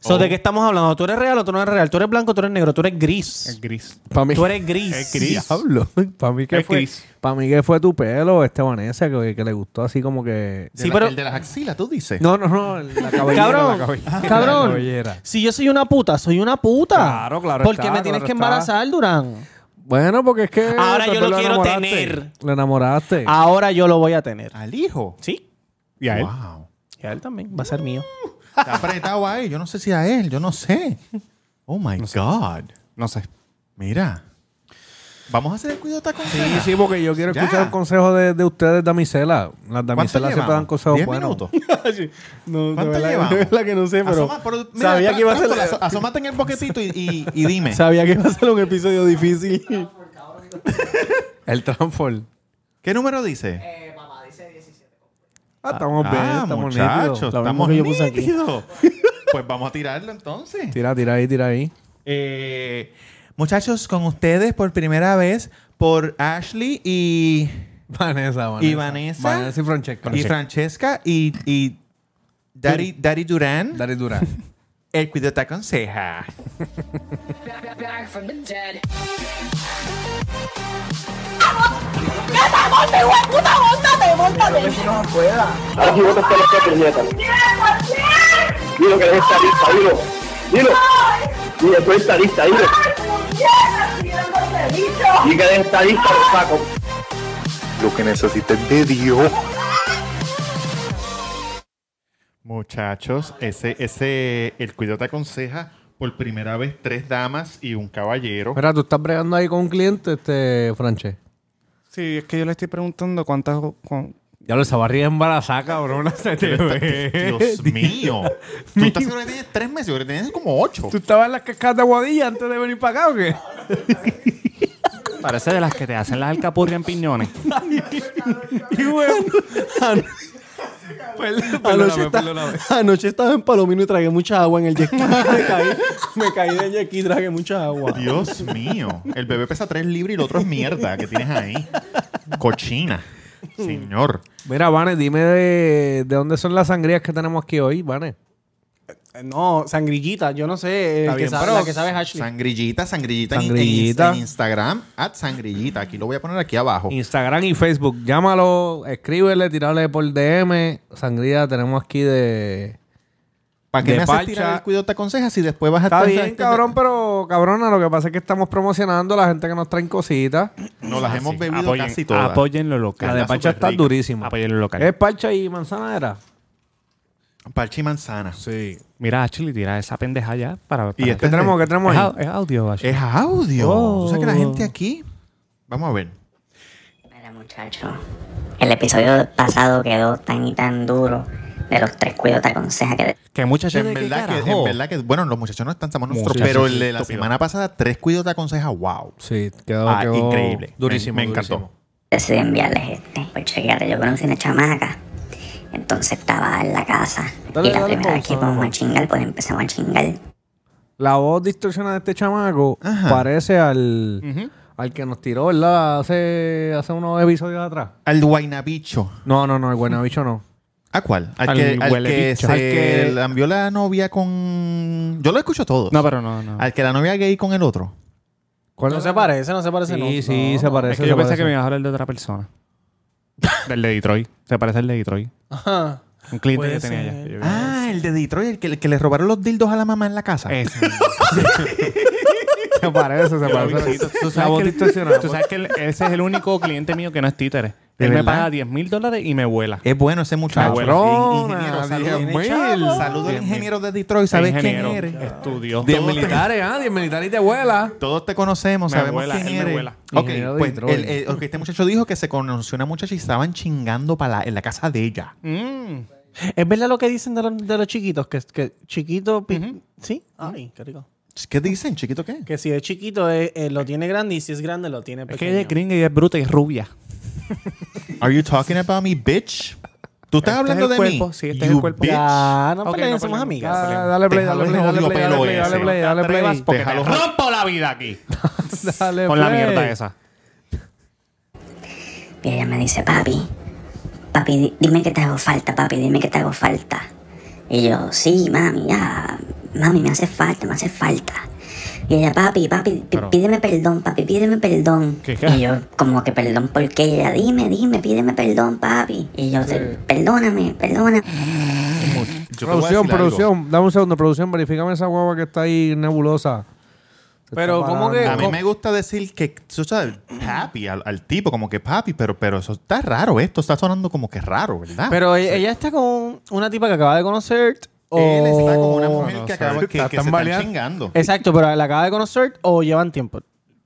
Speaker 3: So, ¿De qué estamos hablando? ¿Tú eres real o tú no eres real? ¿Tú eres blanco o tú eres negro? ¿Tú eres
Speaker 5: Es
Speaker 3: gris?
Speaker 5: gris.
Speaker 2: Para mí,
Speaker 3: Tú eres gris.
Speaker 2: Diablo. Para mí, que
Speaker 5: Es
Speaker 2: fue,
Speaker 5: Chris.
Speaker 2: para mí que fue tu pelo, este Vanessa, que, que le gustó así como que...
Speaker 1: De
Speaker 3: Sí,
Speaker 1: la-
Speaker 3: pero-
Speaker 1: El de las axilas, tú dices.
Speaker 2: No, no, no, la cabellera.
Speaker 3: Cabrón,
Speaker 2: la cabellera,
Speaker 3: cabrón.
Speaker 2: la cabellera.
Speaker 3: Si yo soy una puta, soy una puta.
Speaker 5: Claro, claro
Speaker 3: Porque
Speaker 5: está,
Speaker 3: me tienes
Speaker 5: claro
Speaker 3: que
Speaker 5: está.
Speaker 3: embarazar, Durán.
Speaker 2: Bueno, porque es que...
Speaker 3: Ahora yo
Speaker 2: tal vez
Speaker 3: lo quiero
Speaker 2: enamoraste.
Speaker 3: tener. Ah,
Speaker 2: Lo enamoraste.
Speaker 3: Ahora yo lo voy a tener.
Speaker 1: Al hijo.
Speaker 3: ¿Sí?
Speaker 5: Y a él.
Speaker 1: Wow.
Speaker 3: Y a él también. Va a ser mío.
Speaker 1: Está apretado a él. Yo no sé si a él. Yo no sé. Oh my God.
Speaker 5: No sé.
Speaker 1: Mira. Vamos a hacer el cuidado te aconseja.
Speaker 2: Sí, sí, porque yo quiero
Speaker 1: Ya.
Speaker 2: escuchar el consejo de, de ustedes, damisela. Las
Speaker 1: ¿Cuánto
Speaker 2: damiselas siempre
Speaker 1: llevamos?
Speaker 2: dan consejos
Speaker 1: ¿Diez
Speaker 2: buenos.
Speaker 1: minutos?
Speaker 3: No,
Speaker 1: ¿Cuánto verdad- llevamos? de verdad
Speaker 3: que no sé,
Speaker 1: Asoma, pero mira,
Speaker 3: sabía
Speaker 1: tra-
Speaker 3: que iba a
Speaker 1: trántala,
Speaker 3: ser-
Speaker 1: aso- Asómate en el boquetito y, y- y dime.
Speaker 3: Sabía que iba a ser un episodio difícil.
Speaker 2: El transform.
Speaker 1: ¿Qué número dice?
Speaker 2: Ah, estamos bien,
Speaker 1: ah,
Speaker 2: estamos
Speaker 1: muchachos,
Speaker 2: nítidos.
Speaker 1: estamos
Speaker 3: que yo puse aquí.
Speaker 1: nítidos. Pues vamos a tirarlo entonces.
Speaker 2: Tira, tira ahí, tira ahí.
Speaker 1: Eh, muchachos, con ustedes por primera vez, por Ashley y,
Speaker 2: Vanessa, Vanessa.
Speaker 1: y Vanessa.
Speaker 2: Vanessa y Francesca.
Speaker 1: y Francesca y, y Daddy, Daddy Durán,
Speaker 2: Dari Durán.
Speaker 1: el cuidado te aconseja.
Speaker 6: Back, back from the dead.
Speaker 8: Dilo que eres estadista, dilo. Dilo. Dilo, tú eres estadista, dilo. Y que eres estadista, lo saco. Lo que necesites de Dios.
Speaker 1: Muchachos, ese, ese, el cuidado te aconseja por primera vez tres damas y un caballero.
Speaker 2: Mira, tú estás bregando ahí con un cliente, este, Franche.
Speaker 5: Sí, es que yo le estoy preguntando cuántas... cuán-
Speaker 2: Ya lo sabes, barriga embarazada, cabrón. Se te
Speaker 1: Dios mío. Tú estás seguro que tienes tres meses, yo creo que tienes como ocho.
Speaker 2: estabas en las cascadas de Aguadilla antes de venir para acá o qué?
Speaker 5: Parece de las que te hacen las alcapurrias en piñones.
Speaker 3: Anoche, esta- anoche estaba en Palomino y tragué mucha agua en el jet ski. me, caí, me caí del jet ski y tragué mucha agua.
Speaker 1: Dios mío. El bebé pesa tres libras y el otro es mierda que tienes ahí. Cochina.
Speaker 3: Hmm.
Speaker 1: Señor.
Speaker 2: Mira, Vane, dime de, de dónde son las sangrías que tenemos aquí hoy, Vane.
Speaker 3: Eh, No, sangrillita, yo no sé. eh, el
Speaker 1: Está
Speaker 3: que
Speaker 1: bien,
Speaker 3: sa-
Speaker 1: pero
Speaker 3: la que sabe es Ashley.
Speaker 1: Sangrillita, sangrillita, en- en-
Speaker 2: Sangrillita.
Speaker 1: En, Instagram, at sangrillita. Aquí lo voy a poner aquí abajo.
Speaker 2: Instagram y Facebook. Llámalo, escríbele, tírale por DM. Sangría tenemos aquí de...
Speaker 1: ¿Para qué
Speaker 2: de
Speaker 1: me haces
Speaker 2: parcha.
Speaker 1: tirar el cuidado te aconseja si después vas a
Speaker 2: Está
Speaker 1: estar... este,
Speaker 2: bien, cabrón, pero cabrona, lo que pasa es que estamos promocionando a la gente que nos traen cositas.
Speaker 1: No,
Speaker 3: Ah,
Speaker 1: las hemos bebido
Speaker 5: Ah, Apoyen-
Speaker 1: casi todas.
Speaker 5: Apoyen lo local.
Speaker 2: La de
Speaker 1: está
Speaker 2: parcha
Speaker 1: súper
Speaker 2: está
Speaker 1: rica.
Speaker 2: durísima.
Speaker 5: Apoyen lo local.
Speaker 2: ¿Es parcha y manzana era?
Speaker 1: Parche y manzana.
Speaker 2: Sí.
Speaker 5: Mira, Ashley, tira esa pendeja ya para...
Speaker 1: Y
Speaker 5: para-
Speaker 1: este
Speaker 2: ¿Qué tenemos? ¿Qué tenemos
Speaker 5: es,
Speaker 2: ahí?
Speaker 5: au- es audio, Ashley.
Speaker 1: Es audio.
Speaker 5: Oh.
Speaker 1: O sea que la gente aquí... Vamos a ver.
Speaker 9: Mira, muchacho, El episodio pasado quedó tan y tan duro de los tres cuidos te aconseja que...
Speaker 5: Que muchachos
Speaker 1: En verdad, que, en verdad que, bueno, los muchachos no están estamos nosotros,
Speaker 5: Muchachos
Speaker 1: pero el de la
Speaker 5: estúpidos.
Speaker 1: semana pasada, tres cuidos te aconseja, wow.
Speaker 2: Sí, quedó,
Speaker 1: Ah,
Speaker 2: quedó
Speaker 1: increíble. Me-
Speaker 2: Durísimo.
Speaker 1: me,
Speaker 2: durísimo.
Speaker 1: encantó.
Speaker 9: decidí enviarles este. Pues chequeate, yo conocí una chamaca. Entonces estaba en la casa.
Speaker 2: Dale,
Speaker 9: y la
Speaker 2: dale
Speaker 9: primera vez
Speaker 2: pausa,
Speaker 9: que
Speaker 2: dale
Speaker 9: íbamos a
Speaker 2: pausa.
Speaker 9: chingar, pues empezamos a chingar.
Speaker 2: La voz distorsionada de este chamaco parece al, al que nos tiró, ¿verdad? Hace, hace unos episodios atrás.
Speaker 1: Al guaynabicho.
Speaker 2: No, no, no, el Guaynabicho no.
Speaker 1: ¿A cuál? Al,
Speaker 5: Al
Speaker 1: que, al
Speaker 5: huele
Speaker 1: que
Speaker 5: bicho.
Speaker 1: se
Speaker 5: Al que-
Speaker 1: la envió la novia con... Yo lo escucho todo.
Speaker 5: No, pero no, no.
Speaker 1: Al que la novia gay con el otro.
Speaker 2: ¿Cuál
Speaker 3: No
Speaker 2: era?
Speaker 3: se parece, no se parece.
Speaker 2: Sí,
Speaker 3: no.
Speaker 2: sí,
Speaker 3: No.
Speaker 2: se parece.
Speaker 5: Es que
Speaker 2: se
Speaker 5: yo pensé
Speaker 2: parece.
Speaker 5: que me iba a hablar de otra persona. Del de Detroit. Se parece al de Detroit.
Speaker 3: Ajá.
Speaker 5: Un cliente
Speaker 3: Puede
Speaker 5: que tenía
Speaker 3: ser.
Speaker 5: allá. Yo-
Speaker 1: Ah, el de Detroit, el que, el que le robaron los dildos a la mamá en la casa.
Speaker 5: Ese.
Speaker 2: Se parece, se parece.
Speaker 5: Tú
Speaker 2: La voz
Speaker 5: sabes que,
Speaker 2: distorsionada.
Speaker 5: el- tú sabes que el- ese es el único cliente mío que no es títere.
Speaker 1: ¿De
Speaker 5: Él me
Speaker 1: verdad?
Speaker 5: paga 10 mil dólares y me vuela.
Speaker 1: Es bueno ese muchacho.
Speaker 5: Cabrona,
Speaker 1: In- ingeniero,
Speaker 2: diez
Speaker 1: saludos.
Speaker 2: mil.
Speaker 1: Chavo. Saludos al
Speaker 5: Diez
Speaker 1: ingeniero de Detroit. ¿Sabes quién
Speaker 5: Ingeniero,
Speaker 1: eres?
Speaker 5: Estudió.
Speaker 2: Diez
Speaker 1: Todos
Speaker 2: militares, ¿ah? Diez militares y te vuela.
Speaker 1: Todos te conocemos,
Speaker 5: Me
Speaker 1: sabemos
Speaker 5: vuela,
Speaker 1: quién
Speaker 5: él me
Speaker 1: eres.
Speaker 5: vuela.
Speaker 1: Ok,
Speaker 2: Ingeniero de
Speaker 1: pues
Speaker 2: Detroit.
Speaker 1: el- el- ok, este muchacho dijo que se conoció una muchacha y estaban chingando para la- en la casa de ella.
Speaker 5: Mm.
Speaker 3: Es verdad lo que dicen de, los- de los chiquitos, que, que chiquito. pi- Sí. Ay, qué rico.
Speaker 1: ¿Qué dicen, chiquito qué?
Speaker 3: Que si es chiquito, eh, eh, lo tiene grande y si es grande, lo tiene
Speaker 5: Es
Speaker 3: pequeño.
Speaker 5: que ella es gringa y es bruta y es rubia.
Speaker 1: Are you talking about me, bitch? ¿Tú estás
Speaker 5: Este es
Speaker 1: hablando
Speaker 5: el
Speaker 1: de
Speaker 5: cuerpo,
Speaker 1: mí?
Speaker 5: sí, este es el
Speaker 1: You
Speaker 5: cuerpo.
Speaker 1: bitch.
Speaker 3: Ya, Ah, no,
Speaker 5: Ok,
Speaker 3: peleen,
Speaker 5: no
Speaker 3: somos
Speaker 5: peleemos.
Speaker 3: amigas.
Speaker 5: Ah,
Speaker 2: Ah, dale play, dale
Speaker 1: Déjalo
Speaker 2: play, dale
Speaker 1: jodido
Speaker 2: play,
Speaker 1: pelo
Speaker 2: dale play,
Speaker 1: ese.
Speaker 2: dale play, dale play.
Speaker 5: Atrevas porque
Speaker 1: Déjalo
Speaker 5: te
Speaker 1: joder.
Speaker 5: rompo la vida aquí.
Speaker 2: Dale
Speaker 5: Con la
Speaker 2: play.
Speaker 5: mierda esa.
Speaker 9: Y ella me dice, papi, papi, di- dime que te hago falta, papi, dime que te hago falta. Y yo, sí, mami, ya, mami, me hace falta, me hace falta. Y ella, papi, papi, pi- pídeme perdón, papi, pídeme perdón.
Speaker 5: ¿Qué, qué?
Speaker 9: Y yo, como que perdón, ¿por qué? Y ella, dime, dime, pídeme perdón, papi. Y yo, "Te- perdóname, perdóname.
Speaker 1: Yo te voy a decir
Speaker 2: Producción,
Speaker 1: algo.
Speaker 2: producción. Dame un segundo, producción. Verifícame esa guagua que está ahí nebulosa. Se
Speaker 3: Pero,
Speaker 2: está
Speaker 3: ¿cómo que-
Speaker 2: parando.
Speaker 1: A mí me gusta decir que, tú sabes, papi, al, al tipo, como que papi, pero, pero eso está raro, esto está sonando como que raro, ¿verdad?
Speaker 3: Pero e- ella está con una tipa que acaba de conocer. O...
Speaker 1: Él está como una
Speaker 3: oh,
Speaker 1: mujer
Speaker 5: no
Speaker 1: que,
Speaker 5: sé.
Speaker 1: acaba, que, que
Speaker 2: Está
Speaker 1: se
Speaker 2: tan
Speaker 1: están
Speaker 2: baleado.
Speaker 1: chingando.
Speaker 3: Exacto, pero la acaba de conocer o llevan tiempo.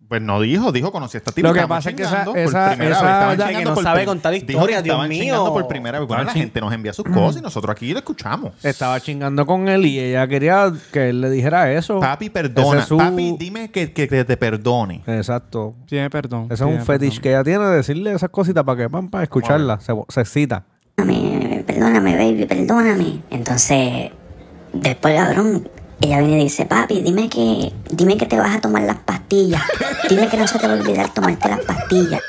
Speaker 1: Pues no dijo, dijo conocí a esta tipa.
Speaker 2: Lo que
Speaker 1: estaban
Speaker 2: pasa es que
Speaker 1: chingando
Speaker 2: esa-
Speaker 1: por
Speaker 2: esa-
Speaker 1: primera vez,
Speaker 2: esa-
Speaker 1: estaban
Speaker 2: ya que
Speaker 1: chingando
Speaker 3: no
Speaker 1: por
Speaker 3: sabe
Speaker 1: prim-
Speaker 3: contar
Speaker 1: dijo que
Speaker 3: historias, Dios
Speaker 1: estaban chingando
Speaker 3: mío.
Speaker 1: por primera vez. Bueno, la gente nos envía sus cosas y nosotros aquí lo escuchamos.
Speaker 2: Estaba chingando con él y ella quería que él le dijera eso.
Speaker 1: Papi, perdona.
Speaker 2: Ese es su-
Speaker 1: Papi, dime que, que te, te perdone.
Speaker 2: Exacto.
Speaker 5: Tiene perdón.
Speaker 2: Ese es un
Speaker 5: tiene
Speaker 2: fetish
Speaker 5: perdón.
Speaker 2: que ella tiene, decirle esas cositas para que, pam, para escucharla. Se, se cita.
Speaker 9: Perdóname, perdóname, baby, perdóname. Entonces, después, cabrón, ella viene y dice, papi, dime que, dime que te vas a tomar las pastillas. Dime que no se te va a olvidar tomarte las pastillas.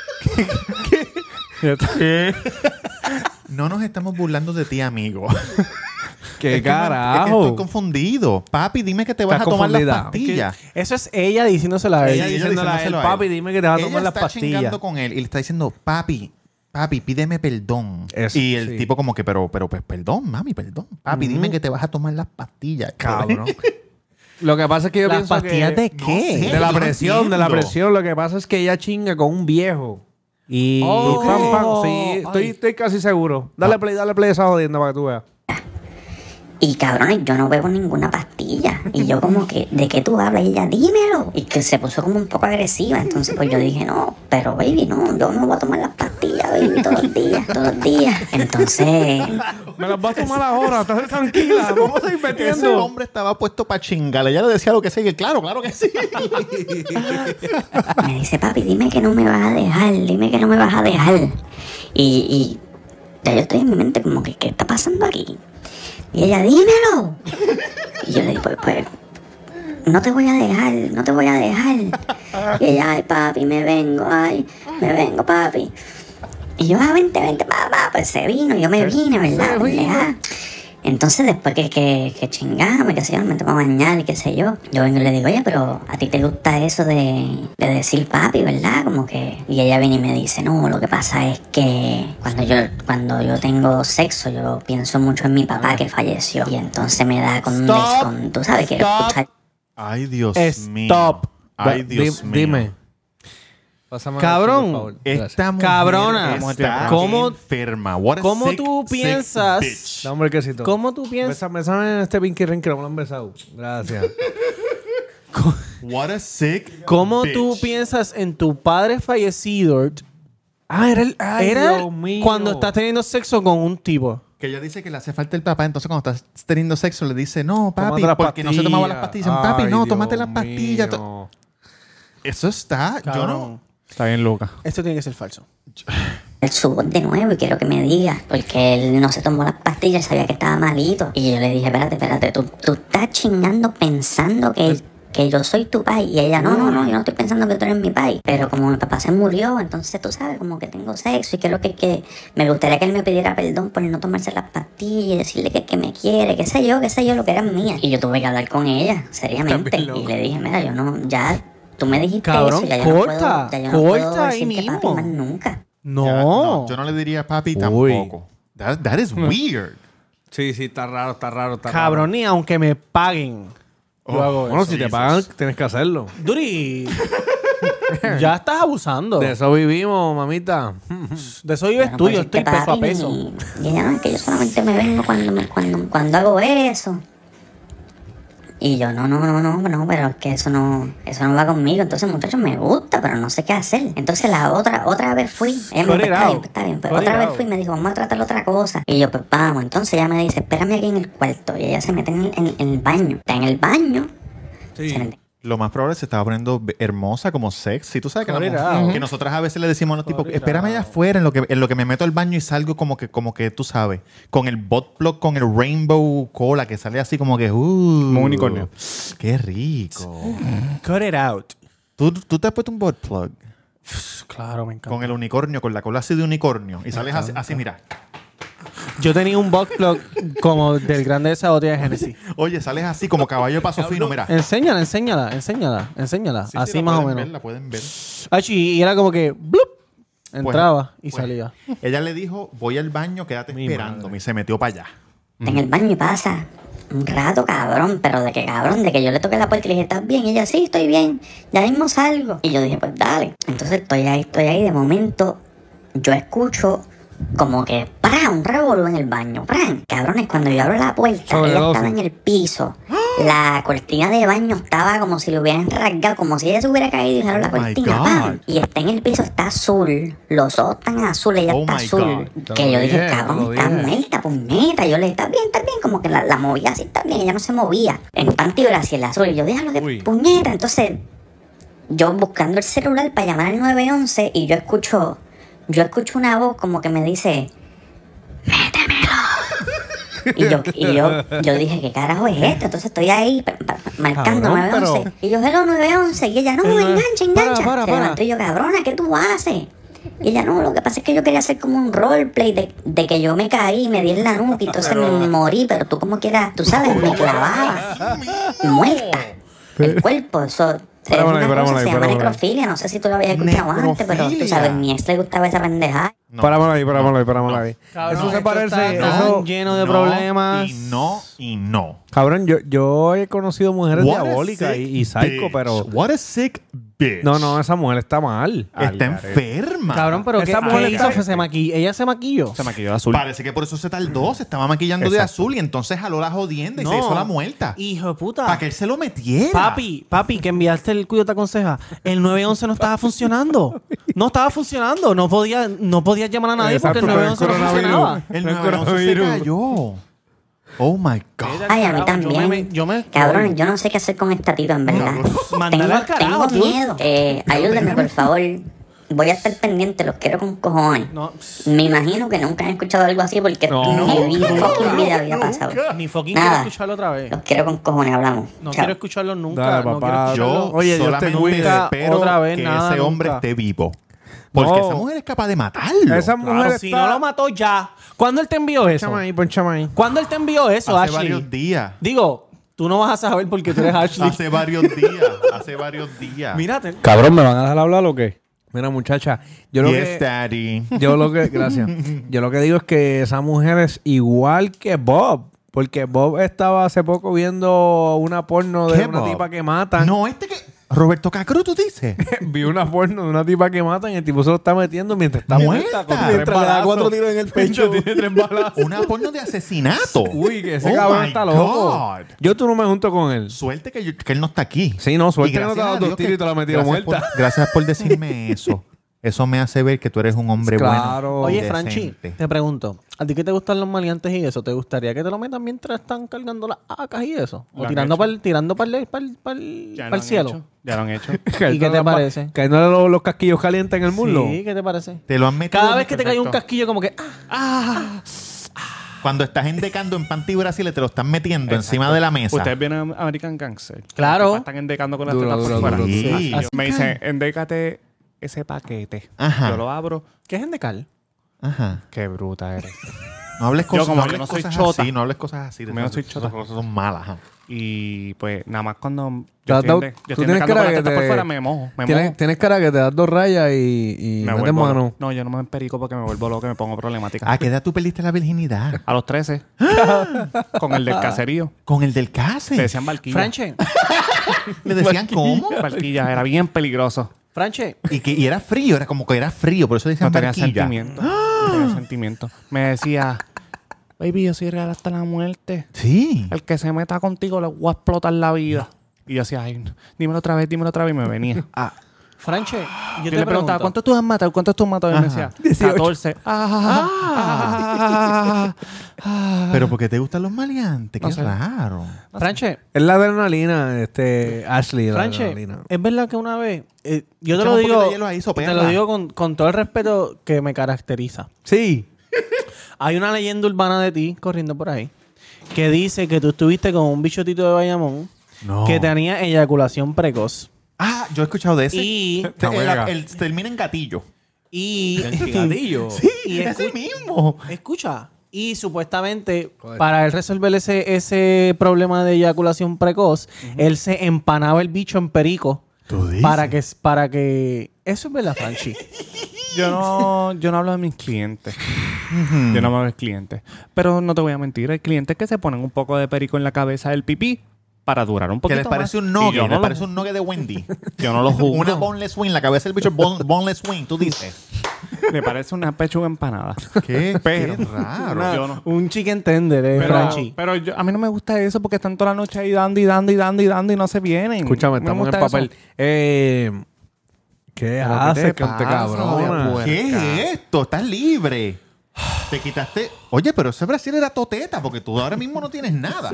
Speaker 1: No nos estamos burlando de ti, amigo.
Speaker 2: ¡Qué
Speaker 1: Es que no- es que Estoy confundido. Papi, dime que te vas a
Speaker 2: Estás
Speaker 1: tomar las
Speaker 2: confundida.
Speaker 1: pastillas.
Speaker 3: Eso es ella diciéndosela a él.
Speaker 1: Ella diciéndole a él,
Speaker 2: papi, dime que te vas a
Speaker 1: Ella
Speaker 2: tomar las
Speaker 1: está
Speaker 2: pastillas.
Speaker 1: chingando con él y le está diciendo, papi, papi, pídeme perdón.
Speaker 2: Eso,
Speaker 1: y el
Speaker 2: sí.
Speaker 1: tipo como que, pero, pero, pues, perdón, mami, perdón. Papi, dime que te vas a tomar las pastillas.
Speaker 2: Cabrón. Lo que pasa es que yo
Speaker 3: ¿Las
Speaker 2: pienso que...
Speaker 3: pastillas de qué?
Speaker 1: sé.
Speaker 2: De la
Speaker 1: Yo no
Speaker 2: presión, de la
Speaker 1: entiendo.
Speaker 2: presión. Lo que pasa es que ella chinga con un viejo. Y,
Speaker 3: Oh.
Speaker 2: y pam, pam. Sí, estoy, estoy casi seguro.
Speaker 1: Ah.
Speaker 2: Dale play, dale play a esa jodienda para que tú veas.
Speaker 9: Y cabrones, yo no bebo ninguna pastilla. Y yo como que, ¿de qué tú hablas? Y ella, dímelo. Y que se puso como un poco agresiva. Entonces pues yo dije, no, pero baby, no, yo no voy a tomar las pastillas, baby, todos los días, todos los días. Entonces,
Speaker 2: Me las vas a tomar ahora, estás tranquila. Vamos a ir
Speaker 1: Ese hombre estaba puesto para chingar. Ella le decía lo que sea. y él, claro, claro que sí.
Speaker 9: me dice, papi, dime que no me vas a dejar, dime que no me vas a dejar. Y, y ya yo estoy en mi mente como que, ¿qué está pasando aquí? Y ella, dímelo. Y yo le digo, pues, pues, no te voy a dejar, no te voy a dejar. Y ella, ay, papi, me vengo, ay, me vengo, papi. Y yo, ah, vente, vente, papá, pues se vino, yo me vine, ¿verdad? Pendeja. Entonces, después que, que, que chingamos y qué sé yo, me tomo a bañar y qué sé yo, yo vengo y le digo, oye, pero a ti te gusta eso de, de decir papi, ¿verdad? Como que. Y ella viene y me dice, no, lo que pasa es que cuando yo, cuando yo tengo sexo, yo pienso mucho en mi papá que falleció. Y entonces me da con un
Speaker 3: Ah. Stop.
Speaker 9: descon. Tú sabes, quiero
Speaker 3: Stop.
Speaker 9: escuchar.
Speaker 1: Ay, Dios
Speaker 3: Stop.
Speaker 1: Ay, Dios mío.
Speaker 2: Dime.
Speaker 3: Cabrón.
Speaker 1: Esta mujer
Speaker 3: Cabrona.
Speaker 1: está
Speaker 3: ¿Cómo-
Speaker 1: enferma. What a
Speaker 3: ¿Cómo
Speaker 1: sick,
Speaker 3: tú
Speaker 1: sick bitch.
Speaker 3: piensas?
Speaker 2: Dame un quesito.
Speaker 3: ¿Cómo tú piensas?
Speaker 2: Bésame, bésame este Pinky Ring que no me lo han besado. Gracias.
Speaker 1: What a sick
Speaker 3: ¿Cómo
Speaker 1: bitch.
Speaker 3: tú piensas en tu padre fallecido
Speaker 2: Ah, era el. Ay,
Speaker 3: Era
Speaker 2: Dios mío.
Speaker 3: cuando estás teniendo sexo con un tipo.
Speaker 1: Que ella dice que le hace falta el papá, entonces cuando estás teniendo sexo le dice, no, papi,
Speaker 2: Tómate las
Speaker 1: porque no se tomaba las pastillas.
Speaker 2: pastillas.
Speaker 1: Dicen, papi,
Speaker 2: Ay,
Speaker 1: no,
Speaker 2: Dios
Speaker 1: tómate las pastillas. To-
Speaker 2: mío.
Speaker 1: Eso está, yo no.
Speaker 3: Cabrón.
Speaker 5: Está bien loca.
Speaker 3: Esto tiene que ser falso.
Speaker 9: Él su voz de nuevo y quiero que me diga, porque él no se tomó las pastillas, él sabía que estaba malito. Y yo le dije, espérate, espérate, tú, tú estás chingando pensando que, que yo soy tu pai. Y ella, no, no, no, yo no estoy pensando que tú eres mi pai. Pero como mi papá se murió, entonces tú sabes, como que tengo sexo y creo que, que me gustaría que él me pidiera perdón por no tomarse las pastillas y decirle que, que me quiere, qué sé yo, qué sé yo, lo que eran mías. Y yo tuve que hablar con ella, seriamente.
Speaker 2: bien loco.
Speaker 9: Y le dije, mira, yo no, ya... Tú me dijiste
Speaker 3: Cabrón,
Speaker 9: eso, ya yo no
Speaker 3: corta,
Speaker 9: puedo, ya yo no puedo
Speaker 3: corta ahí
Speaker 9: decirte papi
Speaker 3: mismo.
Speaker 9: más nunca.
Speaker 3: No.
Speaker 1: Ya, no, Yo no le diría papi tampoco. That, that is weird.
Speaker 2: Sí, sí, está raro, está raro, está
Speaker 3: Cabrón, ni aunque me paguen.
Speaker 1: Oh,
Speaker 3: Yo hago
Speaker 2: raro. Bueno,
Speaker 3: eso.
Speaker 2: si te pagan, tienes que hacerlo.
Speaker 3: Duri. ya estás abusando.
Speaker 2: De
Speaker 3: De eso,
Speaker 2: eso vivimos, mamita.
Speaker 3: vives
Speaker 9: Pero
Speaker 3: tú,
Speaker 9: pues
Speaker 3: yo
Speaker 9: es
Speaker 3: estoy
Speaker 9: que
Speaker 3: peso a
Speaker 9: papi,
Speaker 3: peso.
Speaker 9: Y ella, no, es que yo solamente me vengo cuando, me- cuando, cuando hago eso. Y yo, no, no, no, no, no, pero es que eso no, eso no va conmigo. Entonces, muchachos, me gusta, pero no sé qué hacer. Entonces, la otra, otra vez fui. Ella
Speaker 3: Cut
Speaker 9: me dijo,
Speaker 3: it
Speaker 9: está bien,
Speaker 3: out.
Speaker 9: está bien. Pero
Speaker 3: Cut
Speaker 9: otra
Speaker 3: it
Speaker 9: vez
Speaker 3: out.
Speaker 9: fui y me dijo, vamos a tratar otra cosa. Y yo, pues vamos. Entonces, ella me dice, espérame aquí en el cuarto. Y ella se mete en, en- en el baño. Está en el baño. Se mete
Speaker 1: Lo más probable es que se estaba poniendo be- hermosa como sexy. Tú sabes que, la
Speaker 3: Cut it
Speaker 1: mujer-
Speaker 3: out.
Speaker 1: que nosotras a veces le decimos a los tipos, espérame allá afuera en lo, que, en lo que me meto al baño y salgo como que, como que tú sabes, con el bot plug, con el rainbow cola que sale así como que, uh,
Speaker 5: un unicornio.
Speaker 1: Qué rico.
Speaker 3: Cut it out.
Speaker 1: ¿Tú, tú te has puesto un bot plug
Speaker 3: Pff, Claro, me encanta.
Speaker 1: con el unicornio, con la cola así de unicornio y sales así, así, mira.
Speaker 3: Yo tenía un box plug como del grande de esa botella de Genesis.
Speaker 1: Oye, sales así como caballo de paso fino, mira.
Speaker 3: Enséñala, enséñala, enséñala, enséñala.
Speaker 1: Sí, sí,
Speaker 3: Así
Speaker 1: la
Speaker 3: más o
Speaker 1: pueden
Speaker 3: menos.
Speaker 1: ver, la pueden ver.
Speaker 3: Achi, y era como que blup, entraba y
Speaker 1: Pues,
Speaker 3: salía.
Speaker 1: Ella le dijo, voy al baño, quédate esperando. Y se metió para allá.
Speaker 9: en el baño y pasa un rato, cabrón, pero de que cabrón, de que yo le toqué la puerta y le dije, ¿estás bien? Y ella, sí, estoy bien, ya mismo salgo. Y yo dije, pues dale. Entonces estoy ahí, estoy ahí, de momento yo escucho como que, ¡pra! Un revolú en el baño, ¡pran! Cabrones, cuando yo abro la puerta, ella estaba en el piso. La cortina de baño estaba como si lo hubieran rasgado, como si ella se hubiera caído y dejaron la
Speaker 1: Oh my
Speaker 9: cortina,
Speaker 1: God.
Speaker 9: ¡pam! Y está en el piso, está azul, los ojos están azules, ella
Speaker 1: Oh
Speaker 9: está
Speaker 1: my
Speaker 9: azul.
Speaker 1: God.
Speaker 9: Que yo dije,
Speaker 2: dije, te
Speaker 9: cabrón,
Speaker 2: lo
Speaker 9: está
Speaker 2: dije.
Speaker 9: muerta, puñeta. Yo le dije, está bien, está bien. Como que la, la movía así, está bien. Ella no se movía. En Pantigracia, el azul. Y yo, déjalo de
Speaker 2: Uy.
Speaker 9: puñeta. Entonces, yo buscando el celular para llamar al 911 y yo escucho, yo escucho una voz como que me dice, métemelo. Y yo, y yo, yo dije, ¿qué carajo es esto? Entonces estoy ahí pa- pa- marcando
Speaker 2: Cabrón,
Speaker 9: 911. Y yo, hello, 911. Y ella, no,
Speaker 2: Eh,
Speaker 9: engancha,
Speaker 2: para,
Speaker 9: engancha.
Speaker 2: para,
Speaker 9: Se
Speaker 2: para.
Speaker 9: levantó y yo, cabrona, ¿qué tú haces? Y ella, no, lo que pasa es que yo quería hacer como un roleplay de, de que yo me caí, me di en la nuca y entonces me morí, pero tú como quieras, tú sabes, me clavaba. muerta. El cuerpo, eso... Es
Speaker 2: Parámonos
Speaker 9: una
Speaker 2: ahí, parámonos
Speaker 9: cosa,
Speaker 2: ahí,
Speaker 9: se llama
Speaker 2: parámonos ahí.
Speaker 9: necrofilia, no sé si tú lo habías escuchado antes, pero tú
Speaker 1: Necrofilia.
Speaker 9: sabes, mi ex le gustaba esa pendejada.
Speaker 1: No.
Speaker 2: Parámoslo ahí, parámoslo ahí, parámoslo ahí. eso se
Speaker 3: esto
Speaker 2: parece.
Speaker 3: está
Speaker 2: eso-
Speaker 3: tan lleno de
Speaker 1: No,
Speaker 3: problemas.
Speaker 1: Y no, y no.
Speaker 2: Cabrón, yo, yo he conocido mujeres
Speaker 1: What a
Speaker 2: diabólicas
Speaker 1: sick
Speaker 2: y, y psycho,
Speaker 1: bitch.
Speaker 2: pero.
Speaker 1: What a sick bitch.
Speaker 2: No, no, esa mujer está mal.
Speaker 1: Está enferma.
Speaker 3: Cabrón, pero ¿qué,
Speaker 2: Esa
Speaker 3: qué
Speaker 2: mujer
Speaker 3: hizo?
Speaker 2: está-
Speaker 3: Se maquilló. Ella se maquilló.
Speaker 5: Se maquilló de azul.
Speaker 1: Parece que por eso se tardó. Se estaba maquillando de azul y entonces jaló la jodienda y se hizo la muerta.
Speaker 3: Hijo de puta.
Speaker 1: Para que él se lo metiera.
Speaker 3: Papi, papi, que enviaste el cuyo te aconseja. El 911 no estaba funcionando. No estaba funcionando. No podía, no podía llamar a nadie porque el
Speaker 2: Exacto,
Speaker 3: 911 no
Speaker 2: pero el
Speaker 3: funcionaba.
Speaker 1: El 911 se cayó. Oh my God.
Speaker 9: Ay, a
Speaker 3: Cabrón,
Speaker 9: mí
Speaker 3: yo
Speaker 9: también.
Speaker 3: me- yo me-
Speaker 9: Cabrón, yo no sé qué hacer con esta tipa, en verdad.
Speaker 3: Mándala
Speaker 9: Tengo,
Speaker 3: al carajo,
Speaker 9: tengo
Speaker 3: tú.
Speaker 9: miedo. Eh, ayúdenme, por favor. Voy a estar pendiente, los quiero con cojones.
Speaker 3: No,
Speaker 9: Me imagino que nunca han escuchado algo así porque
Speaker 2: No.
Speaker 9: en mi vida, fucking vida había pasado.
Speaker 3: ni fucking
Speaker 9: Nada.
Speaker 3: quiero escucharlo otra vez.
Speaker 9: Los quiero con cojones, hablamos.
Speaker 3: No
Speaker 9: Chao.
Speaker 3: quiero escucharlo nunca.
Speaker 2: Dale,
Speaker 3: no quiero
Speaker 2: papá.
Speaker 3: escucharlo.
Speaker 1: Yo
Speaker 2: Oye, Dios te
Speaker 1: solamente
Speaker 2: cuida.
Speaker 1: espero
Speaker 3: Otra vez,
Speaker 1: que
Speaker 3: nada,
Speaker 1: ese hombre
Speaker 3: nunca.
Speaker 1: esté vivo. Porque
Speaker 2: No.
Speaker 1: esa mujer es capaz de matarlo.
Speaker 2: Esa
Speaker 3: Claro,
Speaker 2: mujer
Speaker 3: si
Speaker 2: está.
Speaker 3: no lo mató ya. ¿Cuándo él te envió eso?
Speaker 2: Ponchame ahí, ponchame ahí.
Speaker 3: ¿Cuándo él te envió eso,
Speaker 1: Hace
Speaker 3: Ashley?
Speaker 1: varios días.
Speaker 3: Digo, tú no vas a saber porque tú eres Ashley.
Speaker 1: Hace varios días. Hace varios días.
Speaker 3: Mírate.
Speaker 5: Cabrón, ¿me van a dejar hablar o qué?
Speaker 2: Mira, muchacha, yo lo
Speaker 1: Yes,
Speaker 2: que.
Speaker 1: daddy.
Speaker 2: Yo lo que. Gracias. Yo lo que digo es que esa mujer es igual que Bob. Porque Bob estaba hace poco viendo una porno
Speaker 1: ¿Qué,
Speaker 2: de una
Speaker 1: Bob?
Speaker 2: tipa que matan.
Speaker 1: No, este que. Roberto Cacru, tú dices.
Speaker 2: Vi una porno de una tipa que matan y el tipo se lo está metiendo mientras está
Speaker 1: Muerta.
Speaker 2: muerta. Con tres
Speaker 1: Mientras le da
Speaker 2: balazos.
Speaker 1: cuatro
Speaker 2: tiros en el pecho. tiene tres balazos.
Speaker 1: Una porno de asesinato.
Speaker 2: Uy, que ese
Speaker 1: Oh
Speaker 2: cabrón
Speaker 1: my
Speaker 2: está loco.
Speaker 1: God.
Speaker 2: Yo tú no me junto con él.
Speaker 1: Suerte que, yo- que él no está aquí.
Speaker 2: Sí, no, suerte que no te
Speaker 1: gracias
Speaker 2: ha dado
Speaker 1: a
Speaker 2: dos
Speaker 1: Dios
Speaker 2: tiros y te la ha metido
Speaker 1: gracias
Speaker 2: muerta.
Speaker 1: por- gracias por decirme eso. Eso me hace ver que tú eres un hombre
Speaker 2: Claro.
Speaker 1: bueno.
Speaker 3: Oye,
Speaker 1: decente.
Speaker 3: Franchi, te pregunto, ¿a ti qué te gustan los maleantes y eso? ¿Te gustaría que te lo metan mientras están cargando las acas y eso?
Speaker 5: Lo
Speaker 3: ¿O
Speaker 5: han
Speaker 3: tirando
Speaker 5: hecho.
Speaker 3: para el, tirando para el, para el- para el- para
Speaker 5: Ya lo
Speaker 3: el
Speaker 5: han
Speaker 3: cielo?
Speaker 5: hecho, Ya lo han hecho.
Speaker 3: ¿Y qué te parece?
Speaker 2: Que no los, los casquillos calientes en el muslo.
Speaker 3: Sí, ¿qué te parece?
Speaker 1: Te lo han metido.
Speaker 3: Cada vez que te cae un
Speaker 5: Perfecto.
Speaker 3: casquillo como que... ah,
Speaker 1: Cuando estás endecando en Panty Brasil, te lo están metiendo encima de la mesa.
Speaker 5: Ustedes vienen a American Gangster.
Speaker 3: Claro.
Speaker 5: Las tipas Están endecando con las
Speaker 2: Duro,
Speaker 5: tetas
Speaker 2: duro,
Speaker 5: por fuera.
Speaker 2: duro,
Speaker 1: duro.
Speaker 5: Así yo-
Speaker 1: Así
Speaker 5: Me dicen, endécate ese paquete.
Speaker 1: Ajá.
Speaker 5: Yo lo abro.
Speaker 3: ¿Qué es endecal?
Speaker 1: Ajá.
Speaker 5: Qué bruta eres.
Speaker 1: No hables
Speaker 5: Yo
Speaker 1: cosas,
Speaker 5: como
Speaker 1: no
Speaker 5: yo
Speaker 1: hables
Speaker 5: no soy
Speaker 1: cosas
Speaker 5: chota.
Speaker 1: así. No hables cosas así.
Speaker 5: Como yo no soy
Speaker 1: Esas
Speaker 5: chota.
Speaker 1: cosas son malas. ajá.
Speaker 5: y pues nada más cuando
Speaker 2: Te
Speaker 5: yo
Speaker 2: has
Speaker 5: estoy,
Speaker 2: dado-
Speaker 5: ende-
Speaker 2: tú
Speaker 5: yo estoy
Speaker 2: tienes
Speaker 5: endecando
Speaker 2: cara
Speaker 5: con las
Speaker 2: que
Speaker 5: tetas
Speaker 2: te-
Speaker 5: por fuera, me mojo. Me
Speaker 2: Tienes,
Speaker 5: mojo.
Speaker 2: tienes cara que te das dos rayas y, y
Speaker 5: me
Speaker 2: metes
Speaker 5: vuelvo
Speaker 2: mano.
Speaker 5: No, yo no me emperico porque me vuelvo loco y me pongo problemática.
Speaker 1: ¿A qué edad tú perdiste la virginidad?
Speaker 5: A los 13. con el del caserío.
Speaker 1: Con el del
Speaker 5: Le
Speaker 1: case.
Speaker 5: decían barquilla.
Speaker 3: Franche,
Speaker 1: Le decían cómo.
Speaker 5: Barquilla, era bien peligroso.
Speaker 3: Franche,
Speaker 1: Y, que, y era frío, era como que era frío, por eso le
Speaker 5: No
Speaker 1: decían
Speaker 5: tenía
Speaker 1: barquilla.
Speaker 5: sentimiento. No tenía sentimiento. Me decía, baby, yo soy real hasta la muerte.
Speaker 1: Sí.
Speaker 5: El que se meta contigo le voy a explotar la vida. Y yo decía, ay, no. dímelo otra vez, dímelo otra vez. Y me venía.
Speaker 3: Franche, yo
Speaker 5: Yo,
Speaker 3: te
Speaker 5: le preguntaba,
Speaker 3: pregunto...
Speaker 5: ¿cuántos tú has matado? ¿Cuántos tú has matado? Y me decía, 14. Ah, ah, ah,
Speaker 1: Pero porque te gustan los maleantes, qué
Speaker 5: No sé.
Speaker 1: raro.
Speaker 3: Franche,
Speaker 2: Es la adrenalina, este, Ashley. La
Speaker 3: Franche,
Speaker 2: adrenalina.
Speaker 3: es verdad que una vez, eh, yo te
Speaker 1: Échame un
Speaker 3: lo
Speaker 1: poquito
Speaker 3: digo,
Speaker 1: de hielo ahí,
Speaker 3: te
Speaker 1: sopearla.
Speaker 3: lo digo con, con todo el respeto que me caracteriza.
Speaker 2: Sí.
Speaker 3: Hay una leyenda urbana de ti corriendo por ahí que dice que tú estuviste con un bichotito de Bayamón
Speaker 1: No.
Speaker 3: que tenía eyaculación precoz.
Speaker 1: Ah, yo he escuchado de ese.
Speaker 3: Y-
Speaker 1: Te-
Speaker 2: No,
Speaker 1: el-
Speaker 2: venga.
Speaker 1: el- termina en gatillo.
Speaker 3: Y.
Speaker 1: Sí,
Speaker 3: Y
Speaker 1: es
Speaker 3: escu-
Speaker 1: el mismo.
Speaker 3: Escucha. Y supuestamente, para él resolver ese, ese problema de eyaculación precoz, él se empanaba el bicho en perico.
Speaker 1: Tú dices.
Speaker 3: Para que, para que. Eso es verdad, Franchi.
Speaker 5: Yo no, yo no hablo de mis clientes. Yo no hablo de mis clientes. Pero no te voy a mentir, hay clientes que se ponen un poco de perico en la cabeza del pipí para durar un
Speaker 1: Que
Speaker 5: poquito
Speaker 1: les parece
Speaker 5: más.
Speaker 1: un
Speaker 5: Y
Speaker 1: nogue,
Speaker 5: yo
Speaker 1: les
Speaker 5: no lo-
Speaker 1: parece un nogue de Wendy.
Speaker 5: Yo no lo juzgo.
Speaker 1: Una boneless wing, la cabeza del bicho es bon- boneless wing, tú dices.
Speaker 5: Me parece una pechuga empanada.
Speaker 1: Qué,
Speaker 5: Pero-
Speaker 1: raro.
Speaker 5: Una- Yo no.
Speaker 3: Un chicken tender, eh,
Speaker 5: Pero,
Speaker 3: Franchi.
Speaker 5: pero yo- a mí no me gusta eso porque están toda la noche ahí dando y dando y dando y dando y no se vienen.
Speaker 2: Escúchame,
Speaker 5: No me
Speaker 2: estamos en
Speaker 5: gusta
Speaker 2: papel.
Speaker 5: eso.
Speaker 2: Eh, ¿Qué
Speaker 5: Pero, ¿qué
Speaker 2: haces,
Speaker 5: te
Speaker 2: ponte
Speaker 5: pasa,
Speaker 2: cabrón? Pues,
Speaker 5: puerca?
Speaker 1: ¿Qué es esto? Estás libre. Te quitaste. Oye, pero ese Brasil era toteta porque tú ahora mismo no tienes nada.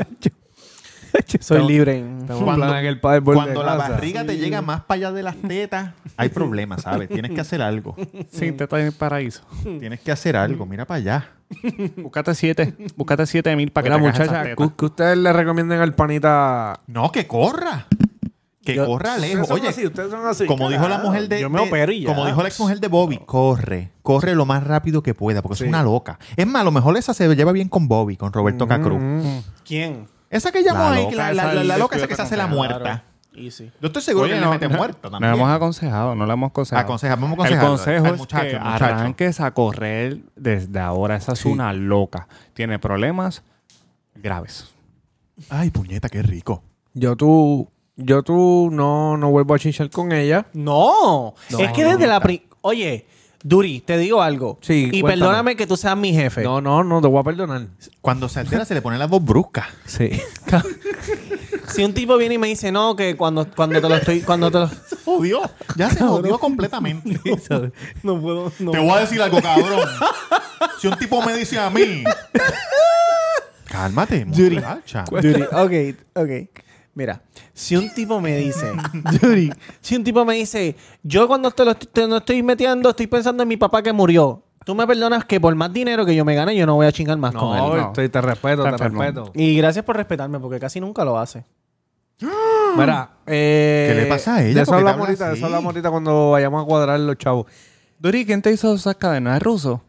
Speaker 3: Soy libre.
Speaker 1: Cuando-
Speaker 2: Cuando, el padre vuelve
Speaker 1: Cuando
Speaker 2: a
Speaker 1: la
Speaker 2: casa.
Speaker 1: barriga te llega más para allá de las tetas, hay problemas, ¿sabes? Tienes que hacer algo.
Speaker 5: Sí, te está en el paraíso.
Speaker 1: Tienes que hacer algo. Mira para allá.
Speaker 5: Búscate siete. Búscate siete mil para
Speaker 2: Mira,
Speaker 5: que te hagas
Speaker 2: muchacha, ¿qué
Speaker 5: esas tetas.
Speaker 2: qué ustedes le recomiendan al panita?
Speaker 1: No, que corra. Que
Speaker 3: Yo-
Speaker 1: corra lejos. Oye,
Speaker 2: ustedes son así.
Speaker 1: como dijo la mujer de,
Speaker 2: Yo me
Speaker 1: de-
Speaker 2: opero y ya.
Speaker 1: como dijo la ex mujer de Bobby, corre, corre lo más rápido que pueda, porque
Speaker 2: Sí.
Speaker 1: es una loca. Es más, a lo mejor esa se lleva bien con Bobby, con Roberto Cacruz.
Speaker 3: ¿Quién?
Speaker 1: Esa que llamó
Speaker 5: La
Speaker 1: ahí,
Speaker 5: loca
Speaker 1: la, la-
Speaker 5: esa
Speaker 1: la- la
Speaker 5: del
Speaker 1: loca esa que se
Speaker 5: descuido
Speaker 1: hace la
Speaker 5: que
Speaker 1: muerta.
Speaker 3: Easy.
Speaker 1: Yo estoy seguro
Speaker 5: Oye,
Speaker 1: que le
Speaker 5: no,
Speaker 1: mete
Speaker 5: no,
Speaker 1: muerta también.
Speaker 5: No hemos aconsejado, no lo hemos aconsejado.
Speaker 1: Aconseja, vamos a
Speaker 5: El
Speaker 1: aconsejar
Speaker 5: consejo
Speaker 1: al
Speaker 5: es
Speaker 1: muchacho,
Speaker 5: que
Speaker 1: al muchacho.
Speaker 5: arranques a correr desde ahora. Esa es una loca. Tiene problemas graves.
Speaker 1: Ay, puñeta, qué rico.
Speaker 2: Yo tú, yo tú no, no vuelvo a chichar con ella.
Speaker 3: No.
Speaker 2: No,
Speaker 3: es que
Speaker 2: no,
Speaker 3: desde la. pri- Oye, Duri, te digo algo.
Speaker 2: Sí,
Speaker 3: Y
Speaker 2: cuéntame.
Speaker 3: perdóname que tú seas mi jefe.
Speaker 2: No, no, no, te voy a perdonar.
Speaker 1: Cuando se altera se le pone la voz brusca.
Speaker 2: Sí.
Speaker 3: Si un tipo viene y me dice, no, que cuando, cuando te lo estoy. Cuando te lo.
Speaker 1: Se jodió. Ya se jodió completamente.
Speaker 3: No puedo. No.
Speaker 1: Te voy a decir algo, cabrón. si un tipo me dice a mí. Cálmate, muchacha.
Speaker 3: Duri, ok, ok. Mira, si un tipo me dice, Duri, si un tipo me dice, yo cuando te lo estoy, te lo estoy metiendo, estoy pensando en mi papá que murió. Tú me perdonas que por más dinero que yo me gane, yo no voy a chingar más con él.
Speaker 2: No, estoy- te respeto,
Speaker 5: Está
Speaker 2: te
Speaker 5: enfermo.
Speaker 2: respeto.
Speaker 3: Y gracias por respetarme, porque casi nunca lo hace.
Speaker 2: Mira, eh,
Speaker 1: ¿Qué le pasa a ella?
Speaker 2: De eso
Speaker 1: ¿Por qué te
Speaker 2: hablamos
Speaker 1: habla
Speaker 2: ahorita, de
Speaker 1: así?
Speaker 2: eso hablamos ahorita cuando vayamos a cuadrar los chavos.
Speaker 5: Duri, ¿quién te hizo esas cadenas? ¿Es ruso?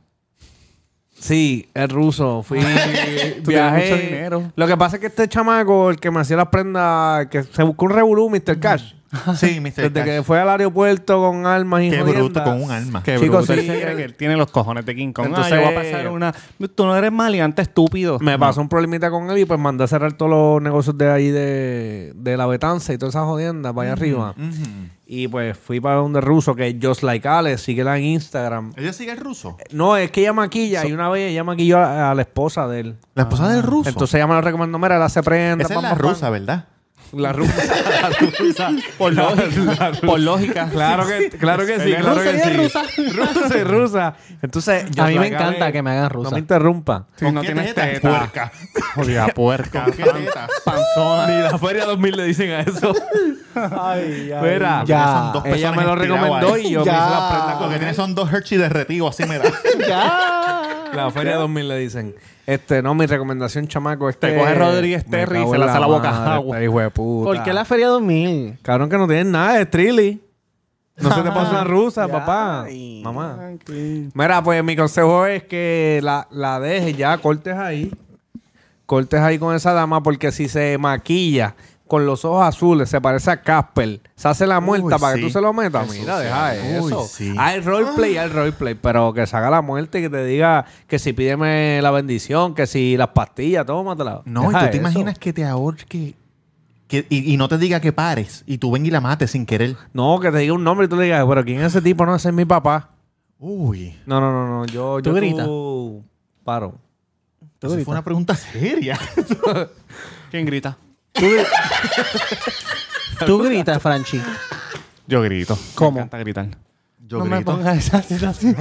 Speaker 2: Sí, es ruso. Fui
Speaker 5: tienes
Speaker 2: viajé.
Speaker 5: mucho dinero.
Speaker 2: Lo que pasa es que este chamaco, el que me hacía las prendas, que se buscó un revolú, Mr. Cash.
Speaker 1: Sí, Mr.
Speaker 2: Desde
Speaker 1: Cash.
Speaker 2: que fue al aeropuerto con armas y
Speaker 1: Qué
Speaker 2: jodiendas.
Speaker 1: bruto con un alma.
Speaker 5: Qué
Speaker 2: Chicos,
Speaker 5: bruto.
Speaker 2: sí,
Speaker 5: Él se cree
Speaker 2: él-
Speaker 5: que él tiene los cojones de King Kong.
Speaker 2: Entonces-
Speaker 5: Entonces eh, va a pasar una... Tú no eres maleante, estúpido.
Speaker 2: Me
Speaker 5: No.
Speaker 2: pasó un problemita con él y pues mandé a cerrar todos los negocios de ahí de, de la Betanza y todas esas jodiendas para allá arriba. Y pues fui para donde ruso, que es Just Like Alex, síguela en Instagram.
Speaker 1: ¿Ella sigue el ruso?
Speaker 2: No, es que ella maquilla y una vez ella maquilló a, a la esposa de él.
Speaker 1: La esposa del ruso.
Speaker 2: Ah, Entonces ella me lo recomendó, mira, la se prenda.
Speaker 1: Esa es
Speaker 2: pam,
Speaker 1: la
Speaker 2: pam, pam.
Speaker 1: rusa, ¿verdad?
Speaker 5: La rusa. la rusa. Por lógica. Por lógica.
Speaker 2: Claro que, claro que sí, claro que sí.
Speaker 5: Rusa
Speaker 2: Rusa y rusa. Entonces, yo
Speaker 3: a mí
Speaker 2: lo
Speaker 3: me
Speaker 2: acabé-
Speaker 3: encanta que me hagan
Speaker 2: No
Speaker 3: rusa.
Speaker 2: me interrumpa.
Speaker 5: Sí, no tienes teta.
Speaker 1: Puerca.
Speaker 5: Jodida puerca.
Speaker 1: ¿Con qué tetas?
Speaker 5: Panzona.
Speaker 2: Ni la Feria 2000 le dicen a eso. Mira,
Speaker 3: Ya.
Speaker 1: Son dos
Speaker 2: ella
Speaker 1: personas
Speaker 2: me lo
Speaker 1: estiradas
Speaker 2: recomendó
Speaker 1: ahí.
Speaker 2: y yo me
Speaker 3: Ya.
Speaker 2: hice la prenda
Speaker 1: Lo
Speaker 2: con
Speaker 1: que tiene son dos Hershey derretidos, así mira.
Speaker 3: ya.
Speaker 2: La Feria 2000 le dicen. Este, no, mi recomendación, chamaco, es
Speaker 5: Te
Speaker 2: que-
Speaker 5: coge Rodríguez
Speaker 2: Me
Speaker 5: Terry y
Speaker 2: cago
Speaker 5: se
Speaker 2: en
Speaker 5: la hace la boca
Speaker 2: madre,
Speaker 5: agua.
Speaker 2: este hijo de puta.
Speaker 3: ¿Por qué la Feria 2000?
Speaker 2: Cabrón que no tienen nada de trilly. No se te pasa una rusa,
Speaker 3: Ya.
Speaker 2: papá.
Speaker 3: Ay.
Speaker 2: Mamá. Mira, pues mi consejo es que la, la dejes ya, cortes ahí. Cortes ahí con esa dama porque si se maquilla con los ojos azules, se parece a Casper. Se hace la muerta para
Speaker 1: sí.
Speaker 2: que tú se lo metas.
Speaker 1: Eso
Speaker 2: Mira,
Speaker 1: sí.
Speaker 2: deja
Speaker 1: Uy,
Speaker 2: eso.
Speaker 1: sí.
Speaker 2: Hay roleplay, hay roleplay. Pero que se haga la muerte y que te diga que si pídeme la bendición, que si las pastillas, tómatela.
Speaker 1: No, y
Speaker 2: Deja
Speaker 1: tú te
Speaker 2: eso.
Speaker 1: imaginas que te ahorque que, y, y no te diga que pares y tú ven y la mates sin querer.
Speaker 2: No, que te diga un nombre y tú le digas, pero ¿quién es ese tipo? No, ese es mi papá.
Speaker 1: Uy,
Speaker 2: No, no, no, no. Yo,
Speaker 3: ¿Tú
Speaker 2: yo
Speaker 3: gritas?
Speaker 2: tú- Paro.
Speaker 1: esa fue una pregunta seria.
Speaker 5: ¿Quién grita?
Speaker 3: Tú gritas, Franchi.
Speaker 5: Yo grito.
Speaker 3: ¿Cómo?
Speaker 5: Me encanta gritar.
Speaker 1: Yo
Speaker 5: no me
Speaker 1: grito.
Speaker 5: pongas esa situación.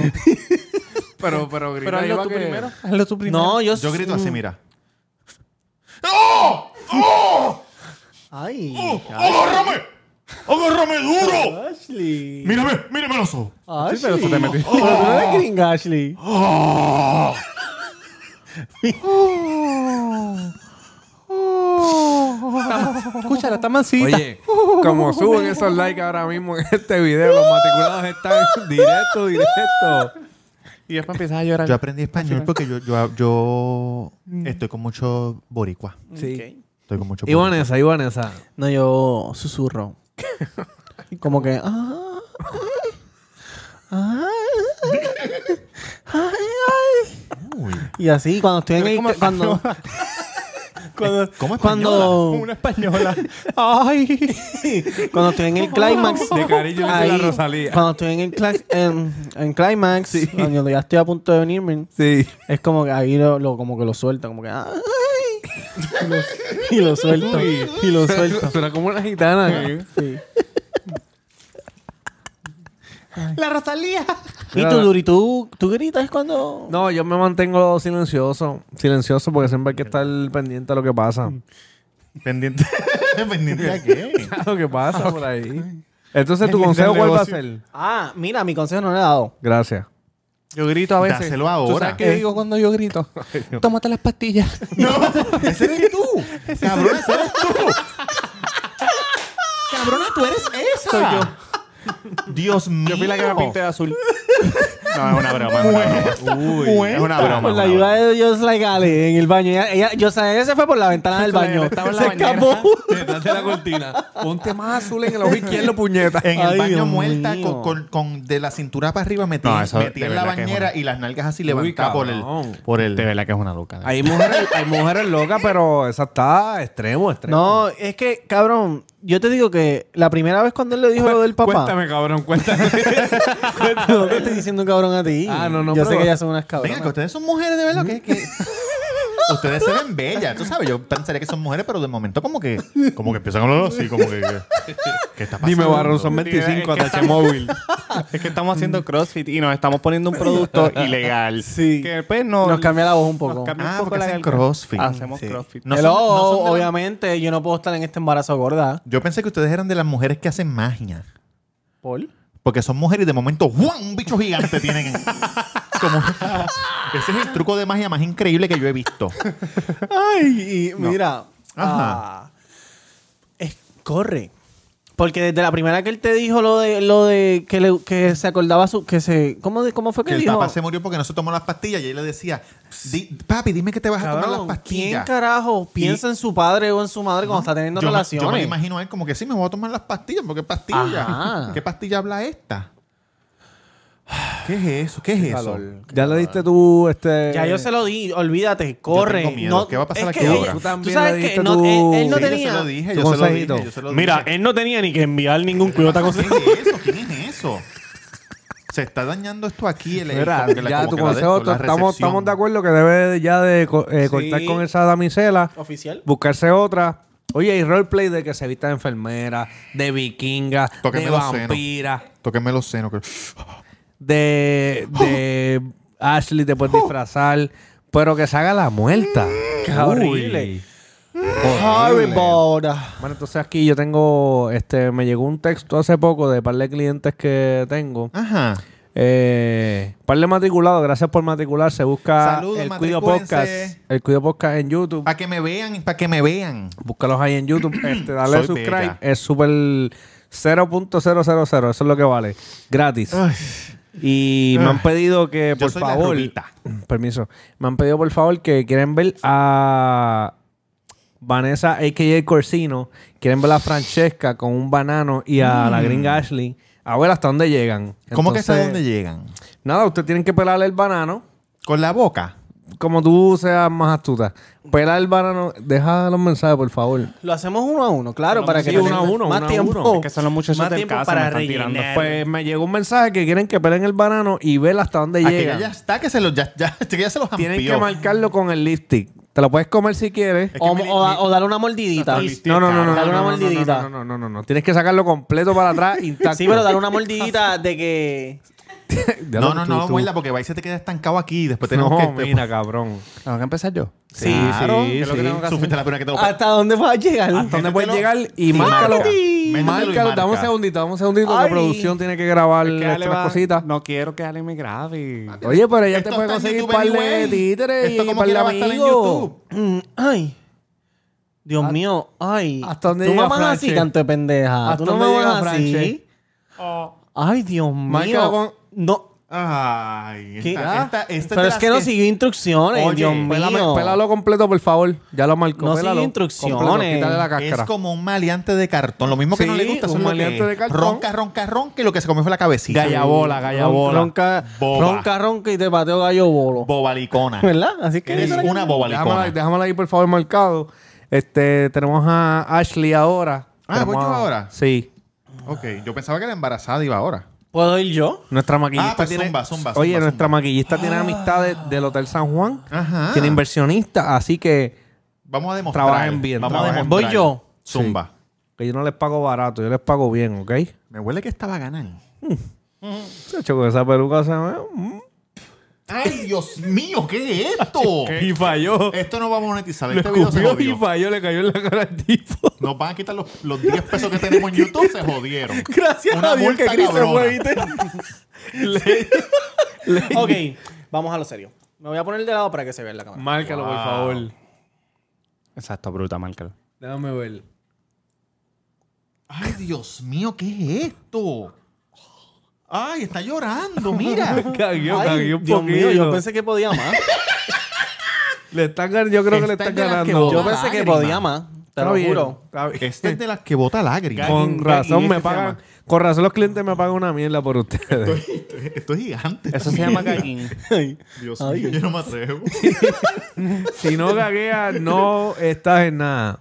Speaker 2: Pero, pero grita.
Speaker 5: Pero hazlo tú primero. Hazlo tú primero.
Speaker 3: No, yo...
Speaker 1: Yo grito así, mira. ¡Oh!
Speaker 3: Ay,
Speaker 1: ¡Agárrame! ¡Agárrame duro!
Speaker 3: Ashley.
Speaker 1: ¡Mírame! ¡Mírame los ojos!
Speaker 3: Ashley. Oh, pero tú te metiste. Pero tú no eres gringa, Ashley.
Speaker 5: Escúchala, está mansita.
Speaker 2: Oye, como suben esos likes ahora mismo en este video, los matriculados están directo, directo.
Speaker 5: Y después empiezas a llorar.
Speaker 1: Yo aprendí español porque yo, yo, yo estoy con mucho boricua.
Speaker 2: Sí.
Speaker 1: Estoy con mucho
Speaker 2: Y
Speaker 1: boricua.
Speaker 2: Vanessa, y Vanessa.
Speaker 3: No, yo susurro. Como que. "Ah, ay, ay, ah, ay".
Speaker 1: Uy,
Speaker 3: Y así, cuando estoy en el.
Speaker 5: Como
Speaker 3: Cuando, cuando,
Speaker 1: ¿Cómo española?
Speaker 3: cuando,
Speaker 5: Una española.
Speaker 3: ay, cuando estoy en el clímax.
Speaker 2: De cariño le hice la Rosalía.
Speaker 3: Cuando estoy en el cla- en, en clímax, cuando ya estoy a punto de venirme,
Speaker 2: Sí.
Speaker 3: es como que ahí lo, lo- como que lo suelto, como que. "Ay". Y lo, y lo suelto. Y lo suelto.
Speaker 2: Suena como una gitana. ¿eh?
Speaker 3: La Rosalía. ¿Y
Speaker 2: Mira,
Speaker 3: tú,
Speaker 2: la-
Speaker 3: Duri, tú, tú gritas cuando.?
Speaker 2: No, yo me mantengo silencioso. Silencioso porque siempre hay que estar pendiente a lo que pasa.
Speaker 1: pendiente. ¿Pendiente a qué?
Speaker 2: A lo que pasa por ahí. Entonces, ¿tu
Speaker 1: Pendiente
Speaker 2: consejo
Speaker 1: al
Speaker 2: cuál va a
Speaker 1: negocio.
Speaker 2: ser?
Speaker 3: Ah, mira, mi consejo no le he dado.
Speaker 2: Gracias.
Speaker 5: Yo grito a veces.
Speaker 1: Dáselo ahora.
Speaker 5: ¿Tú sabes qué digo cuando yo grito? Tómate las pastillas.
Speaker 1: ¡Ese eres tú! ¡Cabrón, ese eres tú! ¡Cabrona, tú eres esa! Soy yo. Dios mío.
Speaker 5: Yo fui la que me pinté de azul. no, es una broma. Es una broma. Uy, es una broma.
Speaker 3: Con
Speaker 5: es
Speaker 3: la
Speaker 5: una broma.
Speaker 3: ayuda de Dios, like Ale, en el baño. Ella, ella, Josiah, ella se fue por la ventana del baño.
Speaker 5: estaba en la
Speaker 3: se
Speaker 5: bañera.
Speaker 3: escapó.
Speaker 2: Detrás de la cortina. Ponte más azul en el ojo izquierdo, puñeta.
Speaker 1: En
Speaker 3: Ay,
Speaker 1: el baño
Speaker 3: Dios
Speaker 1: muerta con,
Speaker 3: mío.
Speaker 1: con- con- de la cintura para arriba metí,
Speaker 5: No, eso
Speaker 1: metí
Speaker 5: de
Speaker 1: en la
Speaker 5: verdad que es
Speaker 1: bañera
Speaker 5: una-
Speaker 1: y las nalgas así levantadas por el
Speaker 2: cabrón.
Speaker 1: por
Speaker 5: De
Speaker 1: el
Speaker 5: verdad que es una loca.
Speaker 2: Hay mujeres, hay mujeres locas, pero esa está extremo, extremo.
Speaker 3: No, es que, cabrón, yo te digo que la primera vez cuando él le dijo lo del papá.
Speaker 2: Cuéntame, cabrón, cuéntame.
Speaker 3: No te estoy diciendo cabrón a ti.
Speaker 2: Ah, no, no,
Speaker 3: Yo
Speaker 2: pero-
Speaker 3: sé que ellas son unas cabronas.
Speaker 1: Venga, que ustedes son mujeres de verdad, que, que- ustedes se ven bellas, tú sabes, yo pensaría que son mujeres, pero de momento como que como que empiezan a hablar así, como que ¿qué está pasando?
Speaker 2: Dime, Barrón, son 25 atache móvil.
Speaker 5: Es que estamos haciendo CrossFit y nos estamos poniendo un producto ilegal.
Speaker 3: Sí.
Speaker 5: Que pues no...
Speaker 3: Nos cambia la voz un poco.
Speaker 5: Nos cambia
Speaker 1: Ah,
Speaker 5: un poco
Speaker 1: porque
Speaker 5: la
Speaker 1: hacen
Speaker 5: garganta.
Speaker 1: CrossFit.
Speaker 5: Hacemos
Speaker 1: Sí.
Speaker 5: CrossFit.
Speaker 1: No
Speaker 3: Hello,
Speaker 1: son- no son de la-
Speaker 3: obviamente, yo no puedo estar en este embarazo gorda.
Speaker 1: Yo pensé que ustedes eran de las mujeres que hacen magia,
Speaker 3: ¿Por?
Speaker 1: porque son mujeres y de momento ¡guau! un bicho gigante tienen. Como- ese es el truco de magia más increíble que yo he visto.
Speaker 3: Ay, y mira.
Speaker 1: Ajá.
Speaker 3: ah, es- corre. Porque desde la primera que él te dijo lo de lo de que, le- que se acordaba su que se ¿cómo, de- cómo fue que,
Speaker 1: Que el
Speaker 3: dijo?
Speaker 1: papá se murió porque no se tomó las pastillas y él le decía, "Di- papi, dime que te vas a tomar las
Speaker 3: Ah, Cabrón, ¿Quién
Speaker 1: pastillas.
Speaker 3: carajo piensa en su padre o en su madre cuando está teniendo
Speaker 1: yo, me-
Speaker 3: relaciones?
Speaker 1: yo me imagino a él como que sí, me voy a tomar las pastillas, porque pastillas.
Speaker 3: Ajá.
Speaker 1: ¿Qué pastilla habla esta? ¿Qué es eso? ¿Qué es eso?
Speaker 2: ya le diste tú este.
Speaker 3: Ya yo se lo di, olvídate, corre.
Speaker 1: tengo miedo,
Speaker 3: No,
Speaker 1: ¿qué va a pasar
Speaker 3: es
Speaker 1: aquí
Speaker 3: que
Speaker 1: ahora?
Speaker 3: ella-
Speaker 1: Tú
Speaker 3: Tú
Speaker 2: también le
Speaker 3: sabes que
Speaker 2: diste
Speaker 3: no,
Speaker 2: tu-
Speaker 3: él, él no
Speaker 1: Sí,
Speaker 3: tenía.
Speaker 1: Yo se lo dije,
Speaker 2: tu
Speaker 1: yo se lo
Speaker 2: consejito.
Speaker 1: dije, yo se lo
Speaker 5: Mira,
Speaker 1: dije.
Speaker 5: él no tenía ni que enviar ningún cuidado cosa.
Speaker 1: ¿Quién es eso? ¿Quién es eso? Se está dañando esto aquí. El, el-
Speaker 2: Mira,
Speaker 1: como que la-
Speaker 2: ya
Speaker 1: como
Speaker 2: tu
Speaker 1: que la de
Speaker 2: consejo,
Speaker 1: esto, la
Speaker 2: estamos,
Speaker 1: recepción.
Speaker 2: estamos de acuerdo que debe ya de co- eh,
Speaker 3: Sí.
Speaker 1: Oh,
Speaker 2: cortar con esa damisela,
Speaker 3: Oficial.
Speaker 2: buscarse otra Oye, hay roleplay de que se vista de enfermera, de vikinga,
Speaker 1: Tóquenme
Speaker 2: de
Speaker 1: los senos.
Speaker 2: vampira,
Speaker 1: Tóquenme los senos. que-
Speaker 2: de, de Ashley te puedes disfrazar, pero que se haga la muerta.
Speaker 1: Mm.
Speaker 2: Qué horrible.
Speaker 3: Horrible.
Speaker 2: Bueno, entonces aquí yo tengo, este, me llegó un texto hace poco de par de clientes que tengo.
Speaker 1: Ajá.
Speaker 2: Eh, par de matriculados, gracias por matricularse. Busca
Speaker 1: Saludos,
Speaker 2: el Cuido
Speaker 1: matricúlense.
Speaker 2: Podcast. El Cuido Podcast en YouTube.
Speaker 1: Para que me vean, para que me vean.
Speaker 2: Búscalos ahí en YouTube. este, dale
Speaker 1: Soy
Speaker 2: subscribe.
Speaker 1: bella.
Speaker 2: Es súper 0.000. Eso es lo que vale. Gratis. Y me han pedido que, por
Speaker 1: Ah. soy la
Speaker 2: favor.
Speaker 1: rubita.
Speaker 2: Permiso. Me han pedido, por favor, que quieren ver a Vanessa, a.k.a. Corsino. Quieren ver a Francesca con un banano y a la gringa Ashley. A ver hasta dónde llegan.
Speaker 1: Mm. ¿Cómo que hasta
Speaker 2: Entonces,
Speaker 1: dónde llegan?
Speaker 2: Nada, ustedes tienen que pelarle el banano
Speaker 1: ¿Con la boca?
Speaker 2: como tú seas más astuta. Pela el banano. Deja los mensajes, por favor.
Speaker 3: Lo hacemos uno a uno, claro, para que
Speaker 2: sí, uno
Speaker 3: tengan
Speaker 2: a uno,
Speaker 3: más
Speaker 2: uno a
Speaker 3: tiempo.
Speaker 2: uno.
Speaker 5: Es que son los muchachos
Speaker 3: más
Speaker 5: del
Speaker 3: tiempo
Speaker 5: casa, me
Speaker 3: para
Speaker 5: están
Speaker 3: rellenar.
Speaker 5: tirando.
Speaker 2: Pues me llegó un mensaje que quieren que peleen el banano y ver hasta dónde
Speaker 1: Aquella
Speaker 2: llega.
Speaker 1: ya está, Ah, que se los, ya, ya, que ya se los
Speaker 2: Tienen
Speaker 1: amplió.
Speaker 2: que marcarlo con el lipstick. Te lo puedes comer si quieres.
Speaker 1: Es que
Speaker 3: o,
Speaker 1: mi-
Speaker 3: o-
Speaker 1: mi-
Speaker 3: o darle una mordidita.
Speaker 2: No, no, no, no. no, no,
Speaker 3: Dale una
Speaker 2: no,
Speaker 3: mordidita.
Speaker 2: No, no, no, no, no, no. Tienes que sacarlo completo para atrás intacto.
Speaker 3: Sí, pero darle una mordidita de que.
Speaker 1: No, no, no,
Speaker 2: Tú, tú.
Speaker 1: muerda, porque vais se te queda estancado aquí y después
Speaker 2: No,
Speaker 1: tenemos que...
Speaker 2: mira, cabrón.
Speaker 5: Tengo que empezar yo.
Speaker 2: Sí,
Speaker 1: Claro, que
Speaker 2: sí,
Speaker 1: es lo que
Speaker 2: sí.
Speaker 1: tengo que hacer. Tú fuiste la primera que te
Speaker 3: ¿Hasta dónde vas a llegar?
Speaker 2: Hasta dónde puedes
Speaker 1: Métetelo
Speaker 2: llegar y
Speaker 1: y
Speaker 2: márcalo.
Speaker 1: marca. Métetelo y
Speaker 2: Márcalo. Dame un
Speaker 1: marca.
Speaker 2: segundito, dame un segundito. La
Speaker 3: Ay.
Speaker 2: producción tiene que grabar estas cositas.
Speaker 5: No quiero que Ale me grabe.
Speaker 2: Oye, pero ella
Speaker 1: Esto
Speaker 2: te puede
Speaker 1: está en
Speaker 2: conseguir
Speaker 1: YouTube
Speaker 2: par de
Speaker 1: anyway.
Speaker 2: títeres
Speaker 1: Esto
Speaker 2: y
Speaker 1: como
Speaker 2: par de
Speaker 1: quiera va a estar en
Speaker 2: amigos.
Speaker 1: YouTube.
Speaker 3: Mm, Ay. Dios mío, ay.
Speaker 2: ¿Hasta dónde
Speaker 3: Tú
Speaker 2: llega
Speaker 3: mamas así,
Speaker 2: Franche?
Speaker 3: canto de pendeja.
Speaker 2: ¿Hasta
Speaker 3: Tú no
Speaker 2: dónde llega
Speaker 3: mamas así.
Speaker 2: Franche?
Speaker 3: Ay, Dios
Speaker 2: Marca con-
Speaker 3: mío. No.
Speaker 1: Ay,
Speaker 3: ¿Qué? ¿Ah?
Speaker 1: esta, esta, esta
Speaker 3: pero
Speaker 1: de
Speaker 3: es
Speaker 1: las
Speaker 3: que no siguió instrucciones,
Speaker 1: Oye,
Speaker 3: Dios
Speaker 2: Pélame-
Speaker 3: mío.
Speaker 2: pélalo completo, por favor. Ya lo marcó.
Speaker 3: No eh. sigue
Speaker 2: pélalo.
Speaker 3: instrucciones.
Speaker 2: Completo, quítale la
Speaker 1: Es
Speaker 2: cáscara.
Speaker 1: como un maleante de cartón. Lo mismo que
Speaker 2: Sí,
Speaker 1: no le gusta son
Speaker 2: un
Speaker 1: lo que
Speaker 2: maleante de cartón.
Speaker 1: Ronca, ronca, ronca y lo que se comió fue la cabecita.
Speaker 2: Gallabola, gallabola.
Speaker 3: Ronca,
Speaker 1: Boba.
Speaker 3: ronca, ronca y te pateo gallo bolo.
Speaker 1: Bobalicona.
Speaker 3: ¿Verdad? Así que.
Speaker 1: Eres una
Speaker 2: Déjamela,
Speaker 1: bobalicona.
Speaker 2: déjamela ahí, por favor, marcado. Este, tenemos a Ashley ahora.
Speaker 1: Ah, ¿voy
Speaker 2: Tenemos
Speaker 1: yo
Speaker 2: a-
Speaker 1: ahora?
Speaker 2: Sí.
Speaker 1: Ok, yo pensaba que la embarazada iba ahora.
Speaker 3: ¿Puedo ir yo?
Speaker 2: Nuestra maquillista
Speaker 1: Ah, pues
Speaker 2: tiene...
Speaker 1: zumba, zumba,
Speaker 2: Oye,
Speaker 1: zumba,
Speaker 2: nuestra
Speaker 1: zumba.
Speaker 2: maquillista tiene amistades del Hotel San Juan.
Speaker 1: Ajá.
Speaker 2: Tiene inversionistas, así que...
Speaker 1: Vamos a demostrar.
Speaker 2: Trabajen bien,
Speaker 1: Vamos a
Speaker 2: trabajen
Speaker 1: demostrar.
Speaker 3: bien. Voy yo.
Speaker 1: Zumba.
Speaker 2: Que yo no les pago barato, yo les pago bien, ¿ok?
Speaker 1: Me huele que estaba ganando.
Speaker 2: Chacho, con esa peluca se ve... mm.
Speaker 1: ¡Ay, Dios mío! ¿Qué es esto?
Speaker 2: Y falló.
Speaker 1: Esto no va a monetizar. Eh,
Speaker 2: Lo
Speaker 1: Este video se
Speaker 2: escupió y
Speaker 1: jodió.
Speaker 2: falló, le cayó en la cara al tipo.
Speaker 1: Nos van a quitar los, los 10 pesos que tenemos en YouTube. Se jodieron.
Speaker 2: Gracias
Speaker 1: Una
Speaker 2: a Dios que
Speaker 1: multa
Speaker 2: Chris se
Speaker 1: cabrona.
Speaker 2: fue, ¿viste? Le-
Speaker 3: Ok, vamos a lo serio. Me voy a poner de lado para que se vea en la cámara.
Speaker 2: Márcalo, por favor.
Speaker 5: Exacto, bruta, márcalo.
Speaker 2: Déjame ver.
Speaker 1: ¡Ay, Dios mío! ¿Qué es esto? ¡Ay, está llorando! ¡Mira!
Speaker 2: Cagueó,
Speaker 3: Ay,
Speaker 2: cagueó un
Speaker 3: Dios mío, yo
Speaker 2: poquito.
Speaker 3: pensé que podía más.
Speaker 2: Le están gan- yo creo que le
Speaker 1: Está
Speaker 2: están
Speaker 1: de las que
Speaker 2: ganando.
Speaker 1: botan
Speaker 3: Yo pensé que
Speaker 1: Lágrima.
Speaker 3: podía más. Te lo juro.
Speaker 1: Esta es de las que bota lágrimas.
Speaker 2: Con
Speaker 5: Gagging,
Speaker 2: razón
Speaker 5: gagging,
Speaker 2: me
Speaker 5: este se
Speaker 2: pagan. Con razón los clientes me pagan una mierda por ustedes.
Speaker 1: Esto, esto es gigante.
Speaker 5: Eso se llama gagging.
Speaker 1: Dios mío, yo no me atrevo.
Speaker 2: si no gagueas, no estás en nada.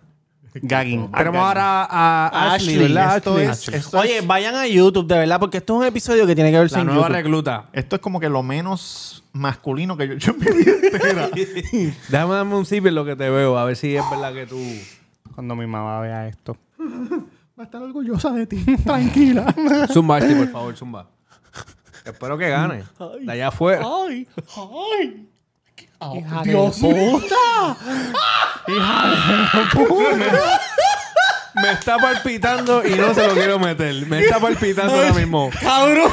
Speaker 5: gagging.
Speaker 2: Tenemos ahora a, a Ashley,
Speaker 1: Ashley,
Speaker 2: ¿verdad?
Speaker 1: esto
Speaker 2: Ashley?
Speaker 1: es- esto
Speaker 3: Oye, vayan a YouTube, de verdad, porque esto es un episodio que tiene que verse
Speaker 2: la
Speaker 3: en
Speaker 2: nueva
Speaker 3: YouTube.
Speaker 2: recluta.
Speaker 1: Esto es como que lo menos masculino que yo he hecho en mi vida entera.
Speaker 2: Déjame darme un sip en lo que te veo, a ver si es verdad que tú.
Speaker 5: Cuando mi mamá vea esto.
Speaker 1: Va a estar orgullosa de ti. Tranquila.
Speaker 2: Zumba, Ashley, por favor, zumba. Espero que gane. De allá afuera.
Speaker 3: Ay, ay.
Speaker 1: Dios mío.
Speaker 2: Me está palpitando y no se lo quiero meter. Me está palpitando ahora mismo.
Speaker 3: Cabrón.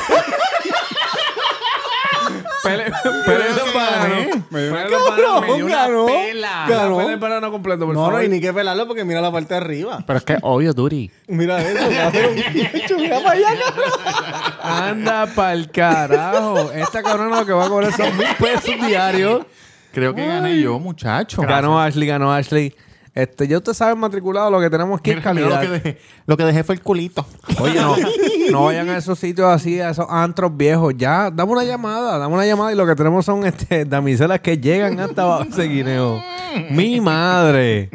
Speaker 2: Pele, pele los bananos. Pele los bananos. Me dio una
Speaker 3: Ganó,
Speaker 2: pela.
Speaker 3: ganó.
Speaker 2: Pele el banano completo, por
Speaker 3: No, no,
Speaker 2: favor.
Speaker 3: y ni que pelarlo porque mira la parte de arriba.
Speaker 5: Pero es que obvio, Duri.
Speaker 3: Mira eso, cabrón. Bicho, mira para allá, cabrón.
Speaker 2: Anda pa'l carajo. Esta cabrona lo que va a cobrar son mil pesos diarios.
Speaker 1: Creo que gané yo, muchacho.
Speaker 2: Ganó Ashley, ganó Ashley. Este, ya ustedes saben, matriculado, lo que tenemos aquí es
Speaker 1: Mira, mira
Speaker 2: calidad.
Speaker 1: lo, que dejé, lo que dejé fue el culito.
Speaker 2: Oye, no, no vayan a esos sitios así, a esos antros viejos. Ya, dame una llamada, dame una llamada y lo que tenemos son este, damiselas que llegan hasta abajo de guineo. Mi madre.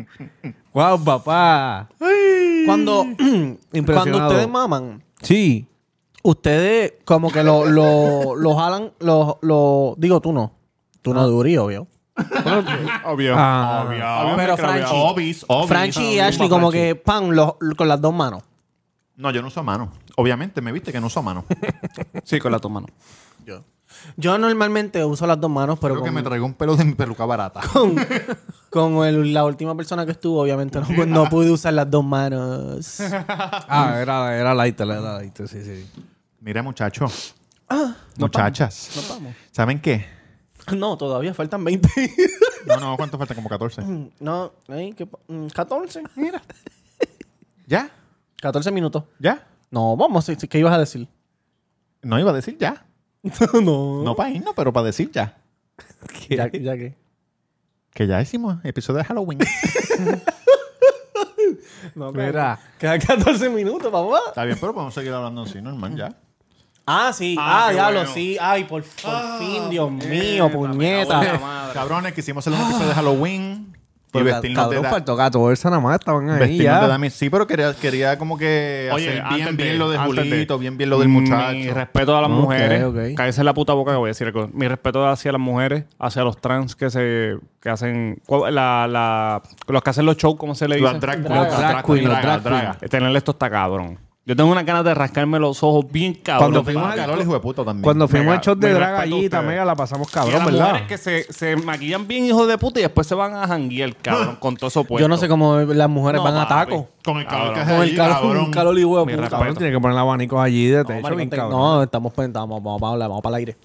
Speaker 2: Guau, papá.
Speaker 3: Cuando, cuando
Speaker 2: Impresionado.
Speaker 3: ustedes maman,
Speaker 2: Sí.
Speaker 3: ustedes Ah. como que lo, lo, lo jalan, lo, lo- Digo, tú no. Tú no durí, obvio.
Speaker 1: Obvio.
Speaker 2: Ah.
Speaker 1: obvio.
Speaker 3: Pero Franchi-
Speaker 1: Obis, obis.
Speaker 3: Franchi y
Speaker 1: Ah,
Speaker 3: Ashley, como que pan los- con las dos manos.
Speaker 1: No, yo no uso mano. Obviamente, me viste que no uso mano.
Speaker 5: Sí, con la tu mano.
Speaker 3: Yo normalmente uso las dos manos, pero
Speaker 1: Creo que
Speaker 3: con,
Speaker 1: me traigo un pelo de mi peluca barata.
Speaker 3: con el- la última persona que estuvo, obviamente no, no pude usar las dos manos.
Speaker 2: Ah, era, era lighter, era lighter, sí, sí.
Speaker 1: Mira, muchachos. Muchachas. ¿Saben qué?
Speaker 3: No, todavía faltan 20.
Speaker 1: No, no, ¿cuánto falta? Como 14.
Speaker 3: no, ay, qué pa- mm, 14, mira.
Speaker 1: ¿Ya?
Speaker 3: 14 minutos.
Speaker 1: ¿Ya?
Speaker 3: No, vamos, sí, sí, ¿qué ibas a decir?
Speaker 1: No iba a decir ya.
Speaker 3: no.
Speaker 1: No para irnos, pero para decir ya.
Speaker 3: Ya, ya que.
Speaker 1: Que ya hicimos episodio de Halloween.
Speaker 2: Mira.
Speaker 3: Quedan 14 minutos, papá.
Speaker 1: Está bien, pero podemos seguir hablando así, normal, ya.
Speaker 3: Ah, sí.
Speaker 1: Ah,
Speaker 3: Ah,
Speaker 1: qué
Speaker 3: diablo,
Speaker 1: bueno. Ah,
Speaker 3: sí. Ay, por, por fin, Dios mío, puñeta.
Speaker 1: Cabrones, quisimos hacer un episodio de Halloween. Y
Speaker 2: Pero ca-
Speaker 1: vestirnos de
Speaker 2: Pues, cabrón,
Speaker 1: da-
Speaker 2: faltó gato, esa nada más estaban ahí
Speaker 1: vestirnos de
Speaker 2: ya.
Speaker 1: Dami. Sí, pero quería, quería como que
Speaker 5: Oye,
Speaker 1: hacer bien,
Speaker 5: antes de-
Speaker 1: bien lo de
Speaker 5: antes de-
Speaker 1: Julito, bien, bien lo del muchacho.
Speaker 5: Mi respeto a las
Speaker 2: Ok,
Speaker 5: mujeres.
Speaker 2: ok.
Speaker 5: Cállese la puta boca que voy a decir algo. Mi respeto hacia las mujeres, hacia los trans que se que hacen cu- la, la- los que hacen los shows, ¿cómo se le dice?
Speaker 1: Los drag
Speaker 5: Los
Speaker 1: queens,
Speaker 2: drag queen, los
Speaker 1: draga,
Speaker 2: drag
Speaker 1: draga.
Speaker 5: Eh, Tenerle esto está cabrón. Yo tengo una ganas de rascarme los ojos bien cabrón.
Speaker 1: Cuando fuimos al
Speaker 5: papi.
Speaker 1: calor, hijo de puta también.
Speaker 2: Cuando fuimos
Speaker 5: Mega-
Speaker 2: al shot de
Speaker 5: mega
Speaker 2: drag
Speaker 5: respeto a
Speaker 2: allí,
Speaker 5: ustedes.
Speaker 2: mega la pasamos
Speaker 5: Y a
Speaker 2: cabrón,
Speaker 5: las
Speaker 2: ¿verdad?
Speaker 5: mujeres que se, se maquillan bien, hijos de puta, y después se van a janguear, cabrón, con todo eso puesto.
Speaker 3: Yo no sé cómo las mujeres
Speaker 5: No,
Speaker 3: van a
Speaker 5: papi.
Speaker 3: taco.
Speaker 1: Con el calor que hace
Speaker 3: Con el
Speaker 1: allí,
Speaker 3: calor,
Speaker 1: cabrón.
Speaker 3: un calor y huevo.
Speaker 5: Mi
Speaker 3: puta.
Speaker 5: respeto.
Speaker 2: Cabrón, tiene que poner el abanico allí de techo,
Speaker 3: Maricón,
Speaker 2: bien
Speaker 3: te-
Speaker 2: cabrón.
Speaker 3: No, estamos pensados, vamos, vamos a hablar, vamos para el aire.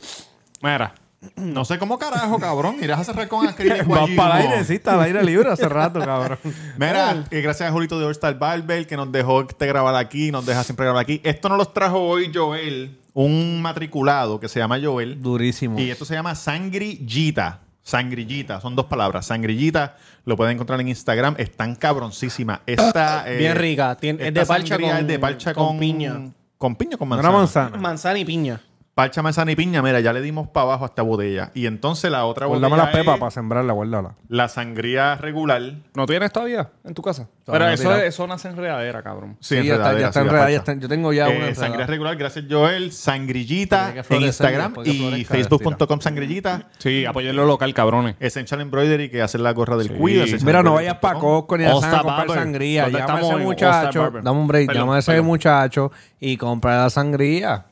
Speaker 5: Mira,
Speaker 1: No sé cómo carajo, cabrón. Irás a cerrar con acrílico
Speaker 2: Vas
Speaker 1: allí,
Speaker 2: para el
Speaker 1: ¿no?
Speaker 2: aire, sí, está al aire libre hace rato, cabrón.
Speaker 1: Mira, eh, gracias a Julito de All Star Barber que nos dejó este grabar aquí, nos deja siempre grabar aquí. Esto no los trajo hoy Joel, un matriculado que se llama Joel.
Speaker 2: Durísimo.
Speaker 1: Y esto se llama sangrillita. Sangrillita, son dos palabras. Sangrillita, lo pueden encontrar en Instagram. Es tan cabroncísima. Esta, eh,
Speaker 3: Bien rica. Tiene- es
Speaker 1: esta
Speaker 3: de parcha
Speaker 1: sangría
Speaker 3: con-
Speaker 1: es de parcha
Speaker 3: con
Speaker 1: con,
Speaker 3: piña.
Speaker 1: Con piña o con
Speaker 2: Una
Speaker 1: manzana.
Speaker 2: manzana.
Speaker 3: Manzana y piña.
Speaker 1: Parcha, manzana y piña. Mira, ya le dimos para abajo a esta botella. Y entonces la otra botella
Speaker 2: Guárdame la pepa
Speaker 1: es
Speaker 2: para sembrarla, guárdala.
Speaker 1: la sangría regular.
Speaker 5: ¿no tienes todavía en tu casa?
Speaker 2: Todavía
Speaker 5: Pero
Speaker 2: no he
Speaker 5: eso,
Speaker 2: tirado.
Speaker 5: eso nace enredadera, cabrón.
Speaker 1: Sí,
Speaker 2: ya está,
Speaker 1: enredadera,
Speaker 2: ya está
Speaker 1: sí, la
Speaker 2: enredada, ya
Speaker 1: parcha.
Speaker 2: está- Yo tengo ya
Speaker 1: Eh,
Speaker 2: una. enredada.
Speaker 1: sangría regular, gracias Joel. Sangrillita
Speaker 2: Tiene que
Speaker 1: en
Speaker 2: florecer,
Speaker 1: Instagram
Speaker 2: después que
Speaker 1: y
Speaker 2: florezca,
Speaker 1: facebook.com sangrillita.
Speaker 5: Sí, apoyen lo local, cabrones.
Speaker 1: Essential Embroidery que hace la gorra del
Speaker 5: Sí.
Speaker 1: cuido. Essential
Speaker 2: Mira, no
Speaker 1: Embroidery
Speaker 2: vayas para
Speaker 1: punto com.
Speaker 2: Costco ni a
Speaker 5: All-Star
Speaker 2: San a comprar
Speaker 5: Barber.
Speaker 2: sangría.
Speaker 5: ¿Dónde
Speaker 2: Llama a
Speaker 5: estamos
Speaker 2: ese
Speaker 5: en All-Star
Speaker 2: muchacho.
Speaker 5: Barber?
Speaker 2: Dame un break.
Speaker 5: Perdón,
Speaker 2: Llama a ese
Speaker 5: perdón.
Speaker 2: muchacho y compra la sangría.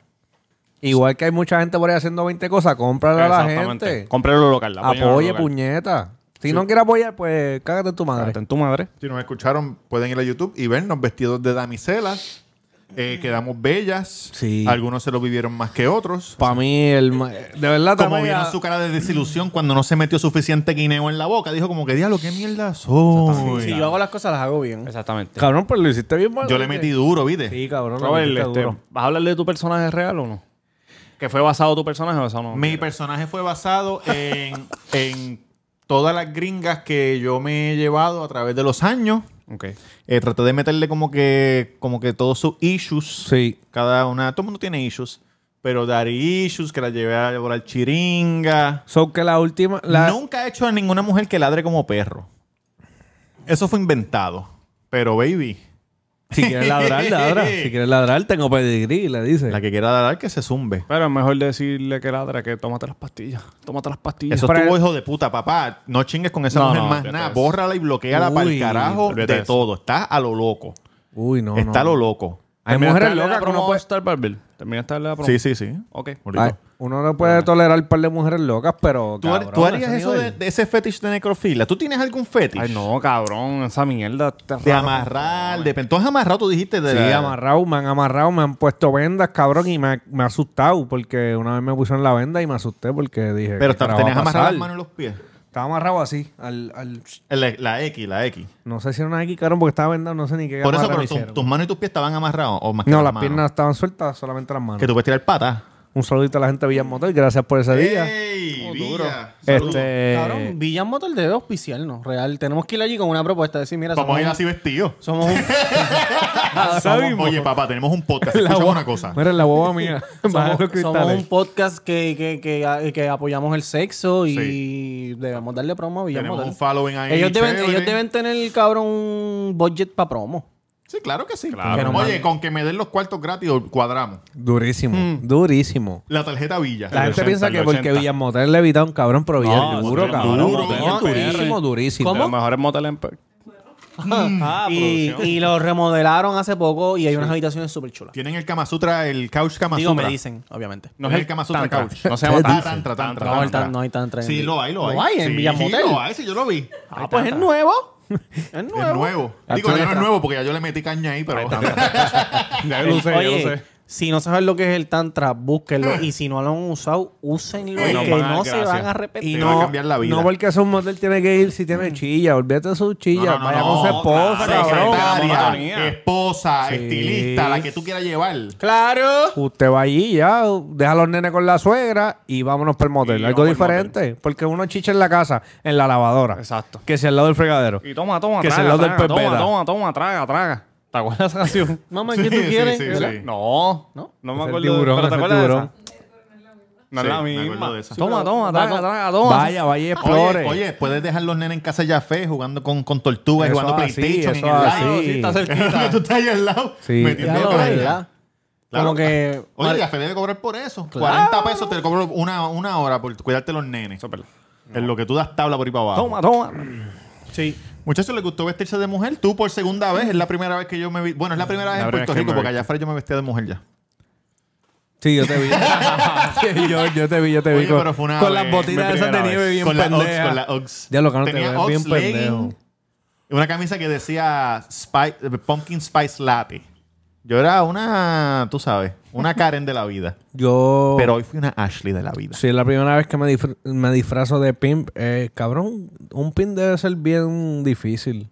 Speaker 2: Igual que hay mucha gente por ahí haciendo 20 cosas, cómprala a la
Speaker 5: Exactamente.
Speaker 2: gente.
Speaker 5: Compre lo local. apoyen lo
Speaker 2: Apoye,
Speaker 5: local.
Speaker 2: puñeta. Si no quiere apoyar, pues cágate en tu madre.
Speaker 5: Cágate en tu madre.
Speaker 1: Si nos escucharon, pueden ir a YouTube y vernos vestidos de damiselas. Eh, quedamos bellas.
Speaker 2: Sí.
Speaker 1: Algunos se lo vivieron más que otros.
Speaker 2: Para mí, el ma- de verdad,
Speaker 1: Como
Speaker 2: Tamaya-
Speaker 1: vieron su cara de desilusión cuando no se metió suficiente guineo en la boca, dijo como que diablo, qué mierda soy.
Speaker 3: Si yo hago las cosas, las hago bien.
Speaker 5: Exactamente.
Speaker 2: Cabrón, pues lo hiciste bien, mal.
Speaker 1: Yo le metí duro, ¿viste?
Speaker 2: Sí, cabrón. lo
Speaker 5: Robert,
Speaker 2: metiste
Speaker 5: este,
Speaker 2: duro.
Speaker 5: ¿vas a hablarle de tu personaje real o no? ¿Que fue basado tu personaje o eso no?
Speaker 1: Mi personaje fue basado en, en todas las gringas que yo me he llevado a través de los años.
Speaker 5: Ok.
Speaker 1: Eh, traté de meterle como que, como que todos sus issues.
Speaker 2: Sí.
Speaker 1: Cada una, todo el mundo tiene issues. Pero Dari issues, que la llevé a volar chiringa.
Speaker 2: So que la última. La...
Speaker 1: Nunca he hecho a ninguna mujer que ladre como perro. Eso fue inventado. Pero, baby,
Speaker 2: Si quieres ladrar, ladra. Si quieres ladrar, tengo pedigrí, le dice.
Speaker 1: la que quiera ladrar, que se zumbe.
Speaker 5: Pero es mejor decirle que ladra que tómate las pastillas. Tómate las pastillas.
Speaker 1: Eso
Speaker 5: Pero-
Speaker 1: estuvo hijo de puta, papá. No chingues con esa
Speaker 5: No,
Speaker 1: mujer
Speaker 5: no,
Speaker 1: más
Speaker 5: olvídate
Speaker 1: nada.
Speaker 5: de eso.
Speaker 1: Bórrala y bloqueala para el
Speaker 2: Uy,
Speaker 1: carajo
Speaker 5: olvídate
Speaker 1: de
Speaker 5: de eso.
Speaker 1: todo. Está a lo loco.
Speaker 2: Uy, no.
Speaker 1: Está a
Speaker 2: no.
Speaker 1: lo loco.
Speaker 2: Hay
Speaker 5: Termina
Speaker 2: mujeres
Speaker 5: esta
Speaker 2: locas
Speaker 5: la
Speaker 2: que uno
Speaker 5: promo
Speaker 2: puede.
Speaker 5: Star Barber. Termina esta la promo.
Speaker 1: Sí, sí, sí.
Speaker 5: Ok.
Speaker 1: Ahorita.
Speaker 2: Ay, uno no puede tolerar un par de mujeres locas, pero.
Speaker 1: ¿Tú, har-
Speaker 2: cabrón,
Speaker 1: tú harías
Speaker 2: ese
Speaker 1: eso de,
Speaker 2: nivel.
Speaker 1: de ese fetish de necrofilia? ¿Tú tienes algún fetish?
Speaker 5: Ay, no, cabrón. Esa mierda. está
Speaker 1: De
Speaker 5: raro.
Speaker 1: amarrar, de tú has amarrado, tú dijiste de
Speaker 2: Sí,
Speaker 1: la-
Speaker 2: amarrado, me han amarrado, me han puesto vendas, cabrón, y me, ha- me ha asustado porque una vez me pusieron la venda y me asusté porque dije.
Speaker 1: Pero
Speaker 2: ¿qué carajo
Speaker 1: tenías
Speaker 2: va a
Speaker 1: amarradas
Speaker 2: pasar?
Speaker 1: las manos y los pies.
Speaker 2: Estaba amarrado así, al, al-
Speaker 1: La, la X, la X.
Speaker 2: No sé si era una X, cabrón, porque estaba vendado, no sé ni qué.
Speaker 1: Por eso,
Speaker 2: amarre
Speaker 1: pero
Speaker 2: me
Speaker 1: tu-
Speaker 2: hicieron.
Speaker 1: tus manos y tus pies estaban amarrados. O más que
Speaker 2: No, las
Speaker 1: manos.
Speaker 2: piernas estaban sueltas, solamente las manos.
Speaker 1: Que tú puedes tirar patas.
Speaker 2: Un saludito a la gente de Villamotor, gracias por ese día.
Speaker 1: Eh. ¡Ey!
Speaker 2: Oh,
Speaker 1: Villa.
Speaker 5: Este.
Speaker 3: Cabrón, Villan Motor debe auspiciarnos, real. Tenemos que ir allí con una propuesta. Decir, mira,
Speaker 1: Vamos a ir
Speaker 3: somos-
Speaker 1: así vestidos.
Speaker 3: Somos un,
Speaker 1: Somos- Oye, papá, tenemos un podcast. Escuchamos una cosa.
Speaker 2: Mira, la boba mía. Baja los
Speaker 3: somos, somos
Speaker 2: cristales.
Speaker 3: un podcast que, que, que, que apoyamos el sexo y
Speaker 1: Sí.
Speaker 3: debemos darle promo a Villan
Speaker 1: Tenemos
Speaker 3: Motor.
Speaker 1: un following ahí.
Speaker 3: Ellos deben,
Speaker 1: chévere.
Speaker 3: ellos deben tener, cabrón, un budget para promo.
Speaker 1: Sí, Sí, claro que sí.
Speaker 5: Claro.
Speaker 1: Que no- Oye, con que me den los cuartos gratis o cuadramos.
Speaker 2: Durísimo. Durísimo.
Speaker 1: La tarjeta Villa.
Speaker 2: La gente
Speaker 5: 80,
Speaker 2: piensa que
Speaker 5: el
Speaker 2: porque
Speaker 5: 80.
Speaker 2: Villamotel le evita a un cabrón, pero Villa
Speaker 5: No,
Speaker 2: es duro,
Speaker 5: no,
Speaker 2: cabrón.
Speaker 5: duro,
Speaker 2: Villa es
Speaker 5: no,
Speaker 2: durísimo,
Speaker 5: PR.
Speaker 2: durísimo.
Speaker 5: A lo mejor es motel en pe-
Speaker 1: Mm.
Speaker 3: y, y lo remodelaron hace poco y hay unas habitaciones súper chulas.
Speaker 1: Tienen el Kama Sutra, el couch Kama
Speaker 3: Digo,
Speaker 1: Sutra.
Speaker 3: me dicen, obviamente.
Speaker 1: No es el Kama Sutra
Speaker 5: Tantra.
Speaker 1: couch.
Speaker 5: No se llama
Speaker 1: Ah,
Speaker 5: tantra.
Speaker 1: tantra, tantra,
Speaker 3: No, el
Speaker 1: tantra.
Speaker 3: tan- no hay tantra en
Speaker 1: Sí,
Speaker 3: Villa.
Speaker 1: lo hay, lo hay.
Speaker 3: Lo hay en
Speaker 1: Sí,
Speaker 3: Villamotel.
Speaker 1: Sí, lo hay, sí, yo lo vi.
Speaker 3: Ah, pues es nuevo. Es nuevo.
Speaker 1: Es nuevo.
Speaker 2: Ah,
Speaker 1: Digo,
Speaker 2: tú
Speaker 1: ya no
Speaker 2: eres
Speaker 1: es nuevo porque ya yo le metí caña ahí, pero...
Speaker 5: Ya yo lo usé, ya lo
Speaker 3: Oye,
Speaker 5: usé.
Speaker 3: si no sabes lo que es el tantra, búsquenlo. y si no lo han usado, úsenlo.
Speaker 1: Eh,
Speaker 3: y
Speaker 1: nos
Speaker 3: que
Speaker 5: van a dar
Speaker 3: no se
Speaker 5: gracias.
Speaker 3: van a arrepentir.
Speaker 1: Te va a cambiar la vida.
Speaker 2: No porque es un motel tiene que ir si tiene chilla. Olvídate de su chilla.
Speaker 1: No, no, no,
Speaker 2: Vaya
Speaker 1: no,
Speaker 2: con su esposa,
Speaker 5: claro,
Speaker 2: cabrón.
Speaker 5: secretaria.
Speaker 1: Secretaria,
Speaker 5: monotonía.
Speaker 1: esposa,
Speaker 2: Sí.
Speaker 1: estilista, la que tú quieras llevar.
Speaker 3: Claro.
Speaker 2: Usted va allí ya, deja a los nenes con la suegra y vámonos para el motel.
Speaker 5: Y
Speaker 2: Algo
Speaker 5: vamos pa'l
Speaker 2: diferente. Porque uno chicha en la casa, en la lavadora.
Speaker 5: Exacto.
Speaker 2: Que si al lado del fregadero.
Speaker 5: Y toma, toma,
Speaker 2: Que se
Speaker 5: traga,
Speaker 2: lo del
Speaker 5: traga,
Speaker 2: pez
Speaker 5: toma,
Speaker 2: veda.
Speaker 5: toma, toma, traga, traga. ¿Te acuerdas de esa canción?
Speaker 3: Mamá,
Speaker 1: Sí,
Speaker 3: ¿qué tú
Speaker 1: sí,
Speaker 3: quieres?
Speaker 1: sí,
Speaker 3: ¿Verdad?
Speaker 1: sí.
Speaker 5: No, no, no me
Speaker 2: Es el
Speaker 5: acuerdo.
Speaker 2: tiburón,
Speaker 5: pero
Speaker 2: es
Speaker 5: ¿te
Speaker 2: el
Speaker 5: acuerdas de
Speaker 2: tiburón.
Speaker 5: esa? No
Speaker 1: Sí,
Speaker 5: es la
Speaker 1: me acuerdo
Speaker 5: misma.
Speaker 1: de esa.
Speaker 5: Toma, toma,
Speaker 3: pero-
Speaker 5: traga, traga, toma.
Speaker 2: Vaya, vaya, explore.
Speaker 1: Oye, oye, puedes dejar los nenes en casa ya fe jugando con, con tortugas,
Speaker 2: Eso
Speaker 1: jugando
Speaker 2: así,
Speaker 1: PlayStation
Speaker 2: eso
Speaker 1: en el lado.
Speaker 2: así.
Speaker 1: Sí, está cerquita. tú estás ahí al lado.
Speaker 2: Sí.
Speaker 1: metiendo
Speaker 3: Ya lo
Speaker 1: otra
Speaker 3: ves,
Speaker 1: idea.
Speaker 3: ¿verdad?
Speaker 1: Claro.
Speaker 3: Como que.
Speaker 1: Oye,
Speaker 3: Mar-
Speaker 1: ya fe debe cobrar por eso. 40 pesos te cobro una, una hora por cuidarte los nenes. En lo que tú das tabla por ahí para abajo.
Speaker 5: Toma, toma.
Speaker 3: Sí.
Speaker 1: Muchachos, ¿les gustó vestirse de mujer? Tú por segunda vez, es la primera vez que yo me vi. Bueno, es Mm, la primera vez en
Speaker 5: primera
Speaker 1: Puerto
Speaker 5: vez que
Speaker 1: Rico,
Speaker 5: me
Speaker 1: porque
Speaker 5: vi.
Speaker 1: allá afuera yo me vestía de mujer ya.
Speaker 2: Sí, yo te vi. Sí, yo, yo te vi, yo te vi.
Speaker 1: Oye,
Speaker 2: con
Speaker 1: pero fue una
Speaker 2: con
Speaker 1: vez,
Speaker 2: las
Speaker 1: mi
Speaker 2: botinas esas de
Speaker 5: primera
Speaker 2: nieve
Speaker 5: vez.
Speaker 2: bien
Speaker 1: con la Ox,
Speaker 2: pendejas.
Speaker 1: con la Ox.
Speaker 2: Ya lo que no te
Speaker 1: Tenía
Speaker 2: ves
Speaker 1: Ox
Speaker 2: bien
Speaker 1: legging,
Speaker 2: pendejo.
Speaker 1: Una camisa que decía Spi- eh, Pumpkin Spice Latte. Yo era una, tú sabes, una Karen de la vida.
Speaker 2: Yo...
Speaker 1: Pero hoy fui una Ashley de la vida.
Speaker 2: Oh. Sí, es la primera vez que me, disfr- me disfrazo de pimp. Eh, cabrón, un pimp debe ser bien difícil.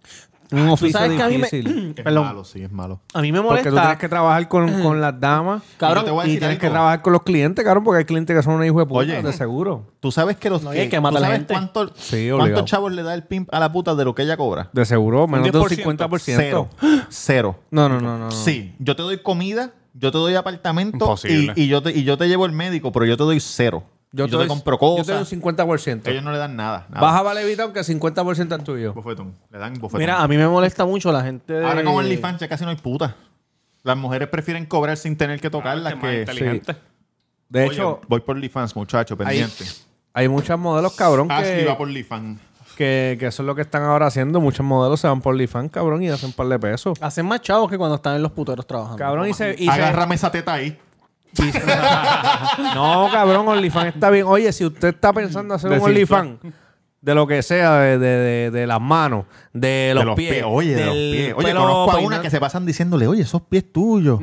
Speaker 2: Un oficio
Speaker 3: sabes que a mí me-
Speaker 2: difícil.
Speaker 1: Es
Speaker 3: Perdón.
Speaker 1: malo, sí, es malo.
Speaker 3: A mí me
Speaker 2: Porque tú tienes
Speaker 3: molesta.
Speaker 2: que trabajar con, con las damas.
Speaker 1: Y yo
Speaker 3: Cabrón.
Speaker 1: te voy a
Speaker 2: Y
Speaker 1: decir
Speaker 2: tienes
Speaker 1: algo.
Speaker 2: que trabajar con los clientes, cabrón, porque hay clientes que son unos hijos de puta,
Speaker 1: Oye.
Speaker 2: de seguro.
Speaker 1: Tú sabes que los
Speaker 3: No, y
Speaker 1: que,
Speaker 3: hay que
Speaker 1: ¿tú
Speaker 3: matar a la
Speaker 1: sabes
Speaker 3: gente.
Speaker 1: cuánto-
Speaker 2: Sí, obligado.
Speaker 1: cuántos chavos le da el pimp a la puta de lo que ella cobra?
Speaker 2: De seguro, menos de un
Speaker 5: 10%.
Speaker 2: 50%.
Speaker 1: Cero. Cero.
Speaker 2: No, no, no, no. no.
Speaker 1: Sí, yo te doy comida, yo te doy apartamento y,
Speaker 5: Imposible.
Speaker 1: y yo te, y yo te llevo el médico, pero yo te doy cero. Yo, te, compro cosas.
Speaker 2: Yo te doy un 50%.
Speaker 1: Ellos no le dan nada. nada.
Speaker 2: Baja Valevita aunque 50% es tuyo.
Speaker 1: Bofetón. Le dan bofetón.
Speaker 3: Mira, a mí me molesta mucho la gente. de-
Speaker 1: Ahora
Speaker 2: eh,
Speaker 1: con OnlyFans ya casi no hay puta. Las mujeres prefieren cobrar sin tener que tocarlas
Speaker 5: Más
Speaker 1: que... Sí.
Speaker 5: inteligente.
Speaker 2: De
Speaker 1: Oye,
Speaker 2: hecho,
Speaker 1: voy por OnlyFans, muchacho, pendiente.
Speaker 2: hay muchas modelos, cabrón,
Speaker 1: Ashley ah, va
Speaker 2: que,
Speaker 1: por OnlyFans.
Speaker 2: que, que eso es lo que están ahora haciendo. Muchos modelos se van por OnlyFans, cabrón, y hacen un par de pesos.
Speaker 3: Hacen más chavos que cuando están en los puteros trabajando.
Speaker 2: Cabrón, y se... y se-
Speaker 1: Agárrame esa teta ahí.
Speaker 2: No, cabrón, OnlyFans está bien. Oye, si usted está pensando hacer
Speaker 5: De
Speaker 2: un OnlyFans, de lo que sea, de, de- de- de las manos, de los,
Speaker 1: de los pies. Oye, de los
Speaker 2: del
Speaker 1: pies. Oye,
Speaker 2: pelo
Speaker 1: conozco a una
Speaker 2: peinado.
Speaker 1: que se pasan diciéndole, oye, esos pies tuyos.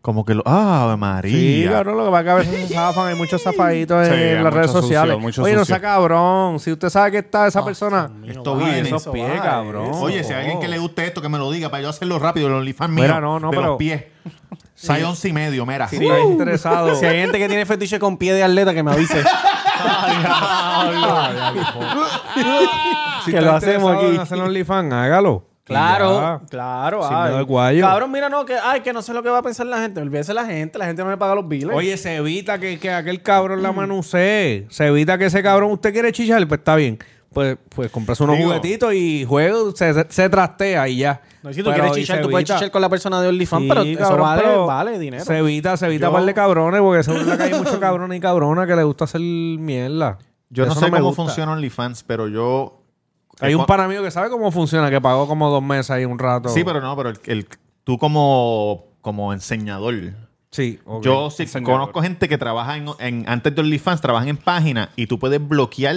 Speaker 1: Como que lo... ¡Ah, María!
Speaker 2: Sí, cabrón, lo que pasa es que a veces se zafan, hay muchos zafaditos
Speaker 5: Sí, hay
Speaker 2: en las
Speaker 5: mucho
Speaker 2: redes
Speaker 5: sucio,
Speaker 2: sociales.
Speaker 5: mucho
Speaker 2: Oye, no
Speaker 5: sucio.
Speaker 2: sea cabrón. Si usted sabe que está esa persona,
Speaker 1: Esto viene.
Speaker 2: esos pies, cabrón.
Speaker 1: Oye, si hay alguien que le guste esto, que me lo diga para yo hacerlo rápido. El OnlyFans mío.
Speaker 2: Mira, no, no,
Speaker 1: de
Speaker 2: pero-
Speaker 1: los pies. 6, once y medio, mira.
Speaker 2: Si está interesado.
Speaker 3: Si hay gente que tiene fetiche con pie de atleta, que me avise.
Speaker 2: si
Speaker 3: Ah, que
Speaker 2: está
Speaker 3: lo hacemos
Speaker 2: interesado
Speaker 3: aquí.
Speaker 2: En hacer OnlyFans, hágalo.
Speaker 3: Claro,
Speaker 2: Y ya.
Speaker 3: claro.
Speaker 2: Sin
Speaker 3: ay.
Speaker 2: miedo al guayo.
Speaker 3: Cabrón, mira, no, que, ay, que no sé lo que va a pensar la gente. Olvídese la gente, la gente no me paga los biles.
Speaker 2: Oye, se evita que, que aquel cabrón la manusee. Se evita que ese cabrón, usted quiere chichar, pues está bien. Pues, pues compras unos
Speaker 1: Digo-
Speaker 2: juguetitos y juego, se, se- se trastea y ya.
Speaker 3: no, si tú
Speaker 2: Pero-
Speaker 3: quieres
Speaker 2: y
Speaker 3: chichar,
Speaker 2: se
Speaker 3: tú puedes
Speaker 2: evita-
Speaker 3: chichar con la persona de OnlyFans,
Speaker 2: Sí,
Speaker 3: pero eso
Speaker 2: cabrón,
Speaker 3: vale,
Speaker 2: pero
Speaker 3: vale dinero.
Speaker 2: Se evita, se evita
Speaker 1: Yo-
Speaker 2: un par de cabrones, porque seguro en la calle hay muchos cabrones y cabronas que les gusta hacer mierda.
Speaker 1: Yo no
Speaker 2: Eso
Speaker 1: sé
Speaker 2: me
Speaker 1: cómo
Speaker 2: gusta.
Speaker 1: funciona OnlyFans, pero yo... eh,
Speaker 2: Hay un
Speaker 1: par
Speaker 2: pan amigo que sabe cómo funciona, que pagó como dos meses ahí un rato.
Speaker 1: Sí, pero no, pero el, el- tú como, como enseñador.
Speaker 2: Sí, ok.
Speaker 1: Yo sí
Speaker 5: Enseñador.
Speaker 1: conozco gente que trabaja en, en- antes de OnlyFans, trabajan en páginas y tú puedes bloquear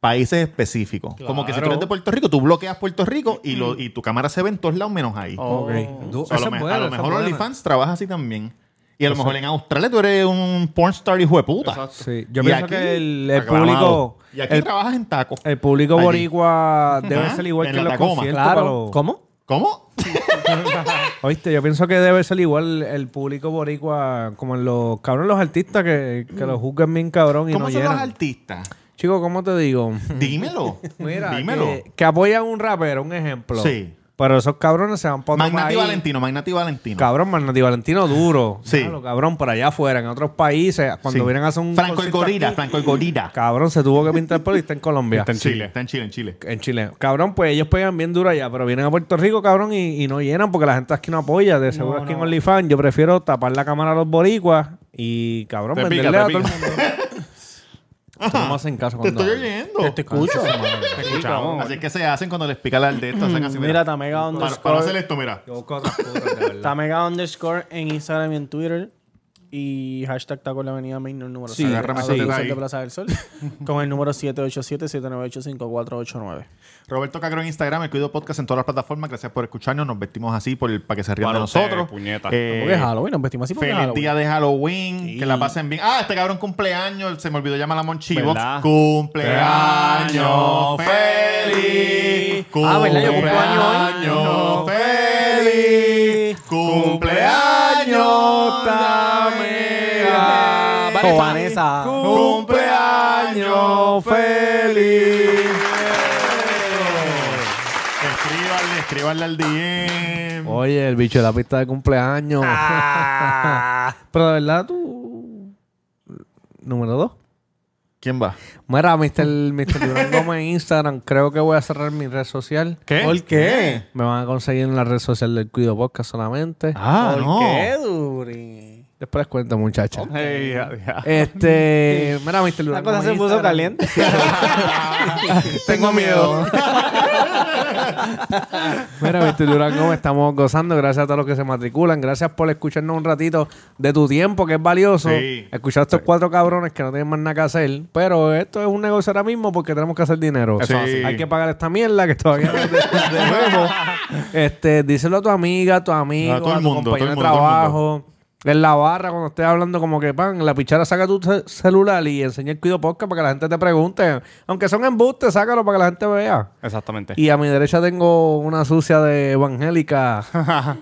Speaker 1: países específicos. Como que si tú eres de Puerto Rico, tú bloqueas Puerto Rico y,
Speaker 2: Mm.
Speaker 1: lo, y tu cámara se ve en todos lados menos ahí.
Speaker 2: Ok. Du-
Speaker 1: So, a,
Speaker 2: esa
Speaker 1: lo
Speaker 2: Oh, es
Speaker 1: me- a
Speaker 2: buena,
Speaker 1: lo
Speaker 2: esa es
Speaker 1: mejor
Speaker 2: buena.
Speaker 1: OnlyFans trabaja así también. Y a lo mejor en Australia tú eres un pornstar hijo de puta.
Speaker 2: Sí, yo
Speaker 1: Y
Speaker 2: pienso
Speaker 1: aquí,
Speaker 2: que el, el
Speaker 5: aclamado.
Speaker 2: público.
Speaker 1: Y aquí
Speaker 2: el,
Speaker 1: trabajas en tacos.
Speaker 2: el público
Speaker 1: Allí.
Speaker 2: boricua debe
Speaker 1: Ajá,
Speaker 2: ser igual
Speaker 1: en
Speaker 2: que
Speaker 1: la
Speaker 2: los
Speaker 1: Tacoma.
Speaker 2: conciertos.
Speaker 3: claro.
Speaker 2: para los-
Speaker 3: ¿Cómo?
Speaker 1: ¿Cómo?
Speaker 2: Oíste, yo pienso que debe ser igual el público boricua, como en los cabrones, los artistas que, que los juzgan bien cabrón y
Speaker 1: ¿Cómo
Speaker 2: no
Speaker 1: son los
Speaker 2: llenan.
Speaker 1: artistas?
Speaker 2: Chico, ¿cómo te digo?
Speaker 1: Dímelo.
Speaker 2: Mira, eh,
Speaker 1: Dímelo.
Speaker 2: Que, que apoyan a un rapero, un ejemplo.
Speaker 1: Sí.
Speaker 2: Pero esos cabrones se van para otro
Speaker 1: Magnati
Speaker 2: país.
Speaker 1: Valentino, Magnati Valentino.
Speaker 2: Mm. Cabrón, Magnati Valentino duro.
Speaker 1: Sí.
Speaker 2: Claro, cabrón, por allá afuera, en otros países, cuando
Speaker 1: Sí.
Speaker 2: vienen a hacer un.
Speaker 1: Franco el
Speaker 2: concierto
Speaker 1: Gorila,
Speaker 2: aquí,
Speaker 1: Franco el Gorila.
Speaker 2: Cabrón, se tuvo que pintar por y está en Colombia.
Speaker 5: Está en
Speaker 1: Sí,
Speaker 5: Chile.
Speaker 1: Está en Chile, en Chile.
Speaker 2: En Chile. Cabrón, pues ellos pegan bien duro allá, pero vienen a Puerto Rico, cabrón, y, y no llenan porque la gente aquí no apoya. De seguro aquí en OnlyFans, yo prefiero tapar la cámara a los boricuas y, cabrón,
Speaker 5: Te
Speaker 2: venderle
Speaker 5: pica, te
Speaker 2: a todo el
Speaker 5: pica.
Speaker 2: mundo. No me hacen caso
Speaker 1: Te
Speaker 2: cuando
Speaker 1: estoy
Speaker 2: hablo.
Speaker 1: oyendo.
Speaker 3: Te escucho.
Speaker 1: Te escuchamos. Así es que se hacen cuando les pica la al de esta.
Speaker 2: Mm,
Speaker 1: sacan así,
Speaker 3: Mira, Tamega
Speaker 1: Para, para hacer
Speaker 3: underscore.
Speaker 1: esto, mira.
Speaker 2: Yo busco otras cosas, de verdad.
Speaker 3: Tamega underscore en Instagram y en Twitter. Y hashtag taco en la avenida Mainor número Ah,
Speaker 2: Sí,
Speaker 3: 7.
Speaker 1: agárrame esa tela ahí.
Speaker 3: de Plaza del Sol. con el número 787-798-5489.
Speaker 1: Roberto Cagro en Instagram, el Cuido Podcast en todas las plataformas. Gracias por escucharnos. Nos vestimos así por, para que se rían
Speaker 5: Para
Speaker 1: de nosotros.
Speaker 5: ustedes, puñeta.
Speaker 1: Eh,
Speaker 3: ¿Por qué Halloween? Nos vestimos así porque
Speaker 1: Feliz
Speaker 3: Halloween.
Speaker 1: día de Halloween. Que la pasen bien. Ah, este cabrón cumpleaños. Se me olvidó llamar a Monchivo.
Speaker 5: ¿Verdad?
Speaker 1: Cumpleaños feliz.
Speaker 3: Ah, ¿verdad? Yo cumplo año hoy.
Speaker 1: Cumpleaños feliz. Cumpleaños Tamega.
Speaker 3: Vanessa. Vanessa.
Speaker 1: Cumpleaños feliz. Escríbanle, escríbanle al DM.
Speaker 2: Oye, el bicho de la pista de cumpleaños.
Speaker 1: Ah.
Speaker 2: Pero de verdad, tú. Número dos.
Speaker 1: ¿Quién va?
Speaker 2: Mira, Mr. Mr. Durán Gómez en Instagram. Creo que voy a cerrar mi red social.
Speaker 1: ¿Qué? ¿Por qué?
Speaker 2: Me van a conseguir en la red social del Cuido Podcast solamente.
Speaker 1: Ah, no.
Speaker 3: ¡Qué duri!
Speaker 2: Después les cuento, muchachos.
Speaker 5: Ey, ya, ya.
Speaker 2: Este. Mira, Mr.
Speaker 3: La
Speaker 2: Durán
Speaker 3: cosa
Speaker 2: Gómez
Speaker 3: se
Speaker 2: en
Speaker 3: puso
Speaker 2: Instagram.
Speaker 3: caliente.
Speaker 2: Tengo miedo. Mira, Mr. Durán Gómez, estamos gozando. Gracias a todos los que se matriculan. Gracias por escucharnos un ratito de tu tiempo, que es valioso.
Speaker 1: Sí.
Speaker 2: Escuchar a estos cuatro cabrones que no tienen más nada que hacer. Pero esto es un negocio ahora mismo porque tenemos que hacer dinero.
Speaker 1: Eso
Speaker 2: Sí.
Speaker 1: es así.
Speaker 2: Hay que pagar esta mierda que todavía no debemos. este, díselo a tu amiga, a tu amigo,
Speaker 1: A
Speaker 2: a,
Speaker 1: todo el
Speaker 2: tu
Speaker 1: mundo,
Speaker 2: compañero
Speaker 1: todo el mundo,
Speaker 2: de
Speaker 1: todo el
Speaker 2: trabajo. En la barra, cuando estés hablando, como que pan, la pichara saca tu ce- celular y enseña el cuido podcast para que la gente te pregunte. Aunque son embustes, sácalo para que la gente vea.
Speaker 5: Exactamente.
Speaker 2: Y a mi derecha tengo una sucia de evangélica.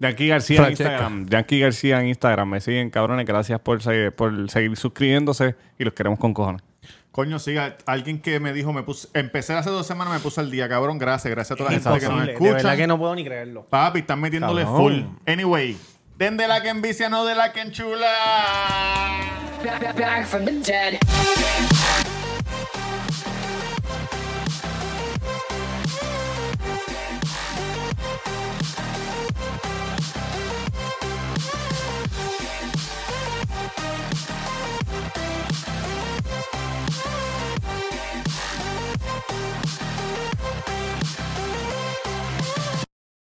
Speaker 5: Yankee García
Speaker 2: Francesca.
Speaker 5: en Instagram. Yankee García en Instagram. Me siguen, cabrones. Gracias por, se- por seguir suscribiéndose y los queremos con cojones.
Speaker 1: Coño, sí, a- alguien que me dijo, me puse, empecé hace dos semanas, me puso el día, cabrón. Gracias, gracias a toda la gente que nos
Speaker 3: Imposible. De verdad
Speaker 1: escucha.
Speaker 3: que no puedo ni creerlo.
Speaker 1: Papi, están metiéndole
Speaker 2: Cabrón.
Speaker 1: full. Anyway, den de la que envicia, no de la que enchula.
Speaker 6: Back, back, back from the dead.